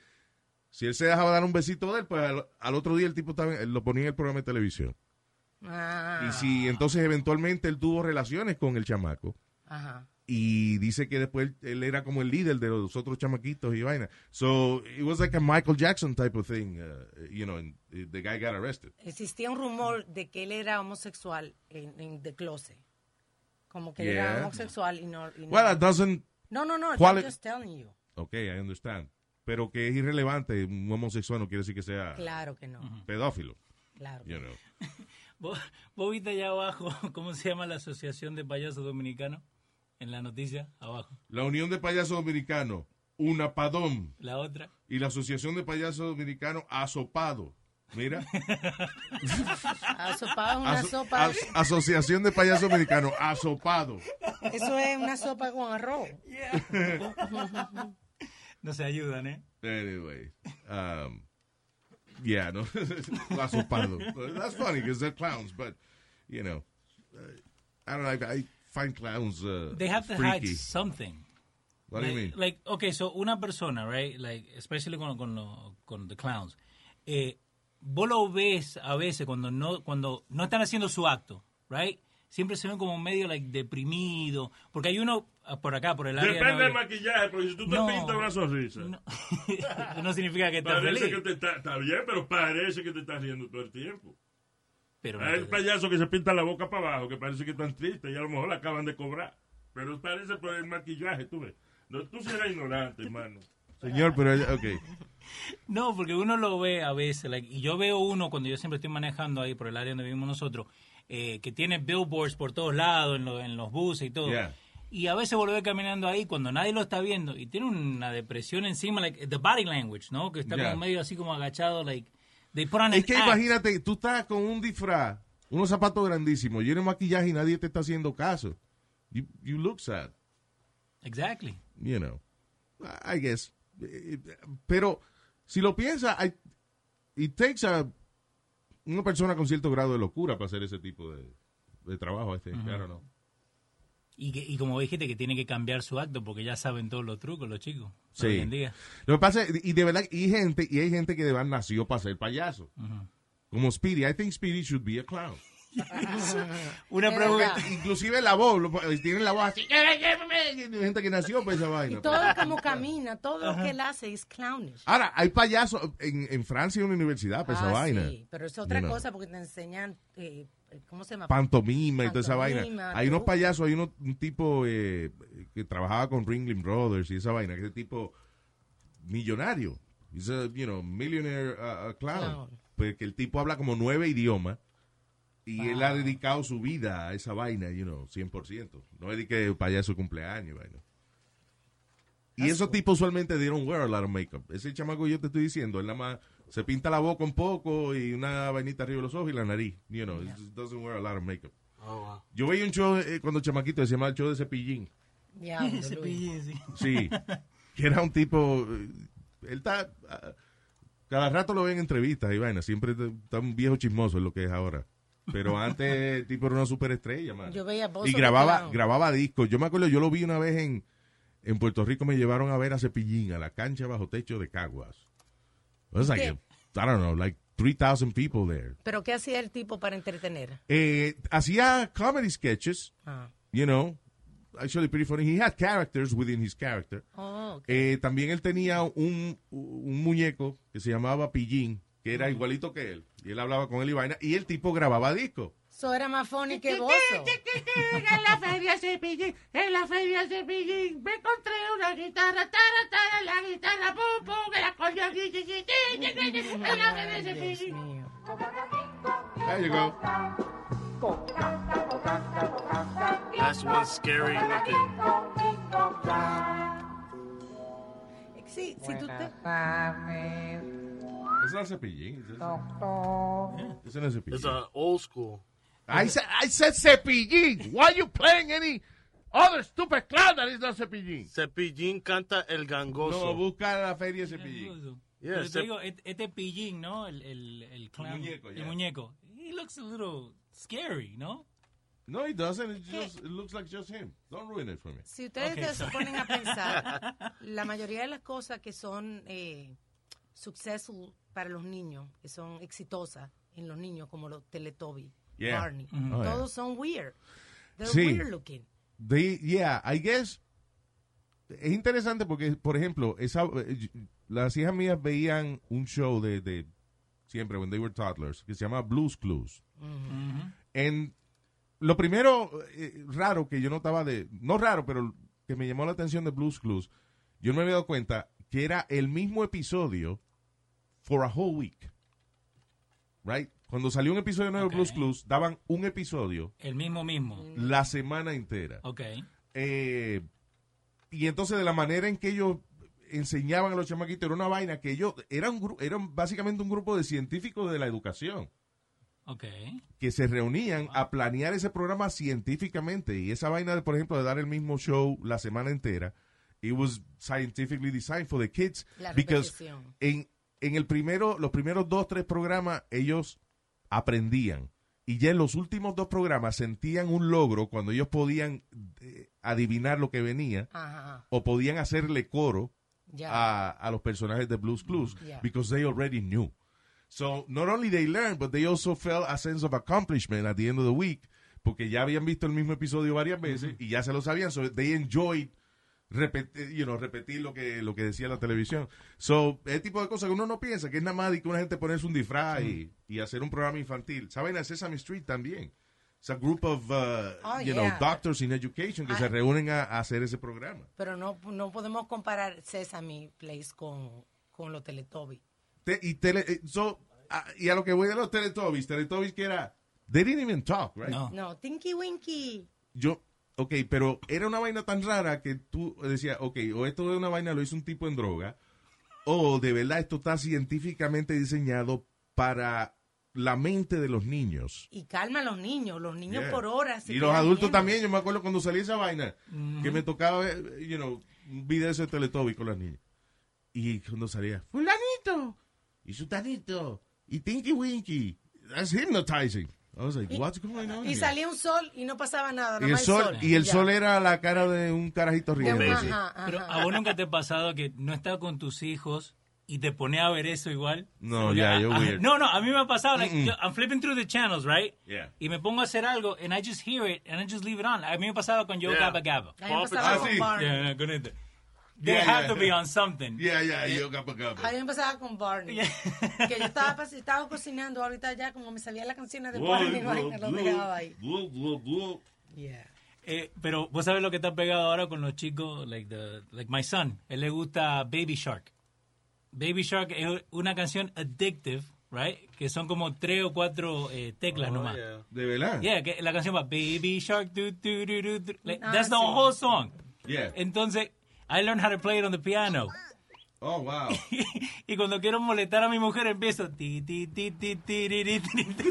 S3: si él se dejaba dar un besito de él, pues al, al otro día el tipo estaba, en- lo ponía en el programa de televisión.
S5: Ah,
S3: Y si entonces eventualmente él tuvo relaciones con el chamaco,
S5: Ajá.
S3: y dice que después él, él era como el líder de los otros chamaquitos y vaina. So it was like a Michael Jackson type of thing, uh, you know, and uh, the guy got arrested.
S5: Existía un rumor de que él era homosexual en, en The Closet. Como que él
S3: Yeah.
S5: era homosexual y no. y no-
S3: Well, that doesn't
S5: No, no, no.
S3: quali-
S5: I'm just telling you.
S3: Okay, I understand. Pero que es irrelevante, un homosexual no quiere decir que sea
S5: Claro que no.
S3: pedófilo.
S5: Claro.
S3: You know.
S4: ¿Vos, vos viste allá abajo cómo se llama la Asociación de Payasos Dominicanos? En la noticia, abajo.
S3: La Unión de Payasos Dominicanos, UNAPADOM,
S4: La otra.
S3: y la Asociación de Payasos Dominicanos, ASOPADO. Mira,
S5: Asopado es una
S3: aso-
S5: sopa.
S3: as- Asociación de Payasos Americanos, asopado.
S5: Eso es una sopa con arroz.
S4: No se ayudan, ¿eh?
S3: Anyway, um, yeah, no, asopado. That's funny because they're clowns, but you know, uh, I don't know. I, I find clowns uh,
S4: They have to hide
S3: freaky.
S4: something.
S3: What
S4: like,
S3: do you mean?
S4: Like, okay, so una persona, right? Like, especially con, con, lo- con the clowns. Eh, vos lo ves a veces cuando no, cuando no están haciendo su acto, right? Siempre se ven como medio, like, deprimido. Porque hay uno ah, por acá, por el área de
S7: Depende del
S4: Nueva York.
S7: maquillaje, porque si tú te
S4: No.
S7: pintas una sonrisa.
S4: No significa que estás
S7: Parece
S4: feliz.
S7: que te está, está bien, pero parece que te estás riendo todo el tiempo.
S4: Pero
S7: Hay payasos que se pintan la boca para abajo, que parece que están tristes y a lo mejor la acaban de cobrar. Pero parece por el maquillaje, tú ves. No, tú sí eres ignorante, hermano.
S3: Señor, pero ella- okay.
S4: No, porque uno lo ve a veces, like, y yo veo uno cuando yo siempre estoy manejando ahí por el área donde vivimos nosotros, eh, que tiene billboards por todos lados, en, lo- en los buses y todo.
S3: Yeah.
S4: Y a veces vuelve caminando ahí cuando nadie lo está viendo y tiene una depresión encima, like the body language, ¿no? Que está
S3: Yeah.
S4: como medio así como agachado, like they put on
S3: Es
S4: an
S3: que
S4: act.
S3: imagínate, tú estás con un disfraz, unos zapatos grandísimos, lleno de maquillaje y nadie te está haciendo caso. You, you look sad,
S4: Exactly.
S3: you know. I I guess. Eh, eh, Pero si lo piensas, I- it takes a una persona con cierto grado de locura para hacer ese tipo de, de trabajo. este, I think.
S4: Ujú.
S3: I don't know.
S4: Y, que- y como dijiste que tiene que cambiar su acto porque ya saben todos los trucos los chicos.
S3: Sí.
S4: Hoy en día.
S3: Lo que pasa es, y de verdad, y gente, y hay gente que de verdad nació para ser payaso.
S4: Ujú.
S3: Como Speedy. I think Speedy should be a clown.
S4: Una
S3: Es
S4: pregunta.
S3: verdad. Inclusive la voz, lo- eh, tienen la voz así. Hay gente que nació para esa vaina. pues.
S5: Y todo como camina, todo lo que él hace es clownish.
S3: Ahora, hay payasos en, en Francia hay una universidad para Ah, pues, esa
S5: Ah,
S3: vaina.
S5: sí, pero es otra
S3: You know.
S5: cosa porque te enseñan, eh, ¿cómo se llama?
S3: Pantomima y toda esa
S5: Pantomima,
S3: vaina. Hay unos
S5: truco.
S3: payasos, hay uno- un tipo eh, que trabajaba con Ringling Brothers y esa vaina, que ese tipo millonario. He's a, you know, millionaire uh, uh, clown.
S14: Clown.
S3: Porque el tipo habla como nueve idiomas y él ha dedicado su vida a esa vaina, you know, 100%. No es de que payaso cumpleaños, vaina. Y esos tipos usualmente they don't wear a lot of makeup. Ese chamaco que yo te estoy diciendo, él nada más se pinta la boca un poco y una vainita arriba de los ojos y la nariz. You know, it just doesn't wear a lot of makeup.
S6: Oh, wow.
S3: Yo veía un show eh, cuando chamaquito, se llamaba el show de Cepillín.
S5: Ya,
S4: Ese
S5: Luis.
S4: pillín, sí.
S3: Sí. que era un tipo, eh, él está, ah, cada rato lo ven en entrevistas y vaina, siempre está- está un viejo chismoso es lo que es ahora. Pero antes el tipo era una superestrella, mano.
S5: Yo veía Bozo
S3: Y
S5: de
S3: grababa,
S5: clown.
S3: grababa discos. Yo me acuerdo, yo lo vi una vez en, en Puerto Rico, me llevaron a ver a Cepillín, a la cancha bajo techo de Caguas. It was like, I don't know, like 3,000 people there.
S5: Pero ¿qué hacía el tipo para entretener?
S3: Eh, hacía comedy sketches,
S5: Ah.
S3: you know, actually pretty funny. He had characters within his character.
S5: Oh, ok.
S3: Eh, también él tenía un, un muñeco que se llamaba Pillín, que era igualito que él. Y él hablaba con él y vaina. Y el tipo grababa disco.
S5: Eso era más funny que Bozo.
S15: En la feria cepillín, en la feria cepillín, me encontré una guitarra, tara, tara, la guitarra, pum, pum, el acordeón, gui, gui, gui, gui, gui, gui, en la feria cepillín.
S3: There you go.
S6: That's one scary looking.
S5: Sí, si tú te...
S3: Ese no es Cepillín. ese es- Ese no es Cepillín.
S6: It's a old school.
S3: I said, I said Cepillín. Why you playing any other stupid clown that is not Cepillín?
S6: Cepillín canta el gangoso.
S3: No, busca la feria Cepillín.
S6: Yeah,
S4: Pero te
S6: Cep-
S4: digo, et- este pillín, ¿no? El, el, el clown.
S3: muñeco,
S4: el
S3: yeah.
S4: muñeco. He looks a little scary, ¿no?
S3: No, he doesn't. It, just, it looks like just him. Don't ruin it for me.
S5: Si ustedes
S3: Okay,
S5: se
S3: sorry.
S5: ponen a pensar, la mayoría de las cosas que son eh, successful para los niños, que son exitosas en los niños, como los Teletubbies,
S3: Yeah.
S5: Barney,
S3: Mhm. Oh, yeah.
S5: todos son weird. They're
S3: Sí.
S5: weird looking.
S3: They, yeah, I guess. Es interesante porque, por ejemplo, esa, eh, las hijas mías veían un show de, de siempre, when they were toddlers, que se llama Blues Clues. En, lo primero eh, raro que yo notaba de, no raro, pero que me llamó la atención de Blues Clues, yo no me había dado cuenta que era el mismo episodio for a whole week. Right? Cuando salió un episodio nuevo de Blues Clues, daban un episodio
S4: El mismo mismo.
S3: la semana entera.
S4: Ok.
S3: Eh, y entonces de la manera en que ellos enseñaban a los chamaquitos era una vaina que ellos eran, gru- eran básicamente un grupo de científicos de la educación
S4: Ok.
S3: que se reunían a planear ese programa científicamente y esa vaina, de, por ejemplo, de dar el mismo show la semana entera, it was scientifically designed for the kids
S5: La
S3: because
S5: repetición.
S3: en, en el primero, los primeros dos, tres programas ellos aprendían y ya en los últimos dos programas sentían un logro cuando ellos podían eh, adivinar lo que venía
S5: Ajá.
S3: o podían hacerle coro
S5: Ya.
S3: a, a los personajes de Blues Clues
S5: Mm, Yeah.
S3: because they already knew. So not only they learned, but they also felt a sense of accomplishment at the end of the week porque ya habían visto el mismo episodio varias veces y ya se lo sabían. So they enjoyed repetir, you know, repetir lo que lo que decía la televisión. So es tipo de cosas que uno no piensa que es nada más de que una gente ponerse un disfraz y- y, hacer un programa infantil. Saben a Sesame Street también. It's a group of uh,
S5: Oh, yeah.
S3: you know doctors in education que se reúnen a- a hacer ese programa.
S5: Pero no, no podemos comparar Sesame Place con, con los Teletubbies.
S3: Te- y, tele- eh, so, ah, y a lo que voy de los Teletubbies, Teletubbies que era, they didn't even talk, right?
S5: No, Tinky Winky.
S3: Yo, ok, pero era una vaina tan rara que tú decías, ok, o esto es una vaina, lo hizo un tipo en droga, o de verdad esto está científicamente diseñado para la mente de los niños.
S5: Y calma a los niños, los niños
S3: Yeah.
S5: por horas. se
S3: Y los
S5: quedan
S3: adultos
S5: viendo.
S3: también, yo me acuerdo cuando salía esa vaina, que me tocaba, eh, you know, un video de ese Teletubbies con las niñas. Y cuando salía, Fulanito y Sutanito y Tinky Winky. That's hypnotizing. I was like, what's going on?
S5: Y
S3: here?
S5: salía un sol y no pasaba nada.
S3: Y el sol, y el sol era la cara de un carajito riendo.
S4: Pero a vos nunca te ha pasado que no estás con tus hijos y te pone a ver eso igual.
S3: No, ya, yo
S4: Ah,
S3: weird.
S4: No, no, a mí me ha pasado. like,
S3: Mm-mm.
S4: yo- I'm flipping through the channels, right?
S3: Yeah.
S4: Y me pongo a hacer algo, and I just hear it, and I just leave it on. A mí me ha pasado con Yo
S6: Yeah.
S4: Gabba Gabba.
S5: A mí me pasaba Ah, con sí. Barney.
S4: Yeah, no, con este. They
S3: Yeah,
S4: have to
S3: yeah.
S4: be on something.
S3: Yeah, yeah, Yo Gabba
S5: A mí me pasaba con Barney. Que yo estaba, pas- estaba cocinando ahorita ya, como me sabía la canción de Barney, vaina, lo dejaba ahí.
S4: Eh, pero vos sabés lo que está pegado ahora con los chicos, like, the, like my son, él le gusta Baby Shark. Baby Shark es una canción addictive, right? Que son como tres o cuatro eh, teclas nomás.
S3: De verdad.
S4: Yeah, que la canción va Baby Shark, do, do, do, do, do. Like,
S5: Ah,
S4: that's the
S5: sí.
S4: whole song.
S3: Yeah.
S4: Entonces, I learned how to play it on the piano.
S3: Oh, wow.
S4: y cuando quiero molestar a mi mujer empiezo. Ti, ti, ti, ti, ti, ri, ri, ti, ti, ti.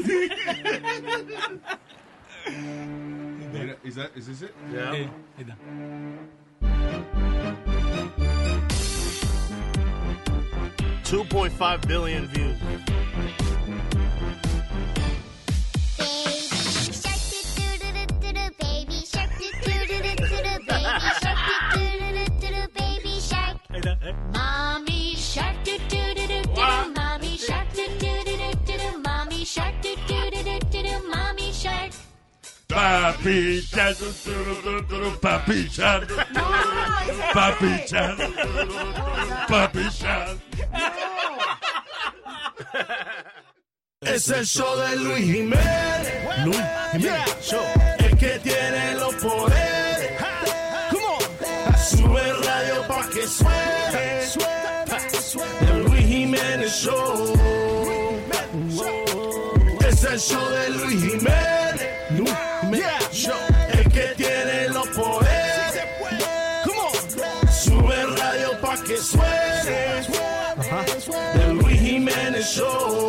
S3: Mira, is that- is this it?
S4: Eh, ahí está.
S6: Two point five billion views.
S14: Baby shark, do do do do do do, baby shark, do do do do do, baby shark. Mommy shark, do do do do do, mommy shark, do do do do do do, mommy shark, do do do do do do, mommy shark.
S7: Papi Chan, tu, tu, tu, tu, tu, Papi Chan. Papi Chan. Papi Chan.
S11: Es el show de Luis Jiménez. Luis Jiménez Show. El que tiene los poderes. Come on. Sube el radio pa' que suene. El Luis Jiménez Show. Es el show de Luis Jiménez. Luis Jiménez Show. El que tiene los poderes. Come on. Sube el radio pa' que suene. El Luis Jiménez Show.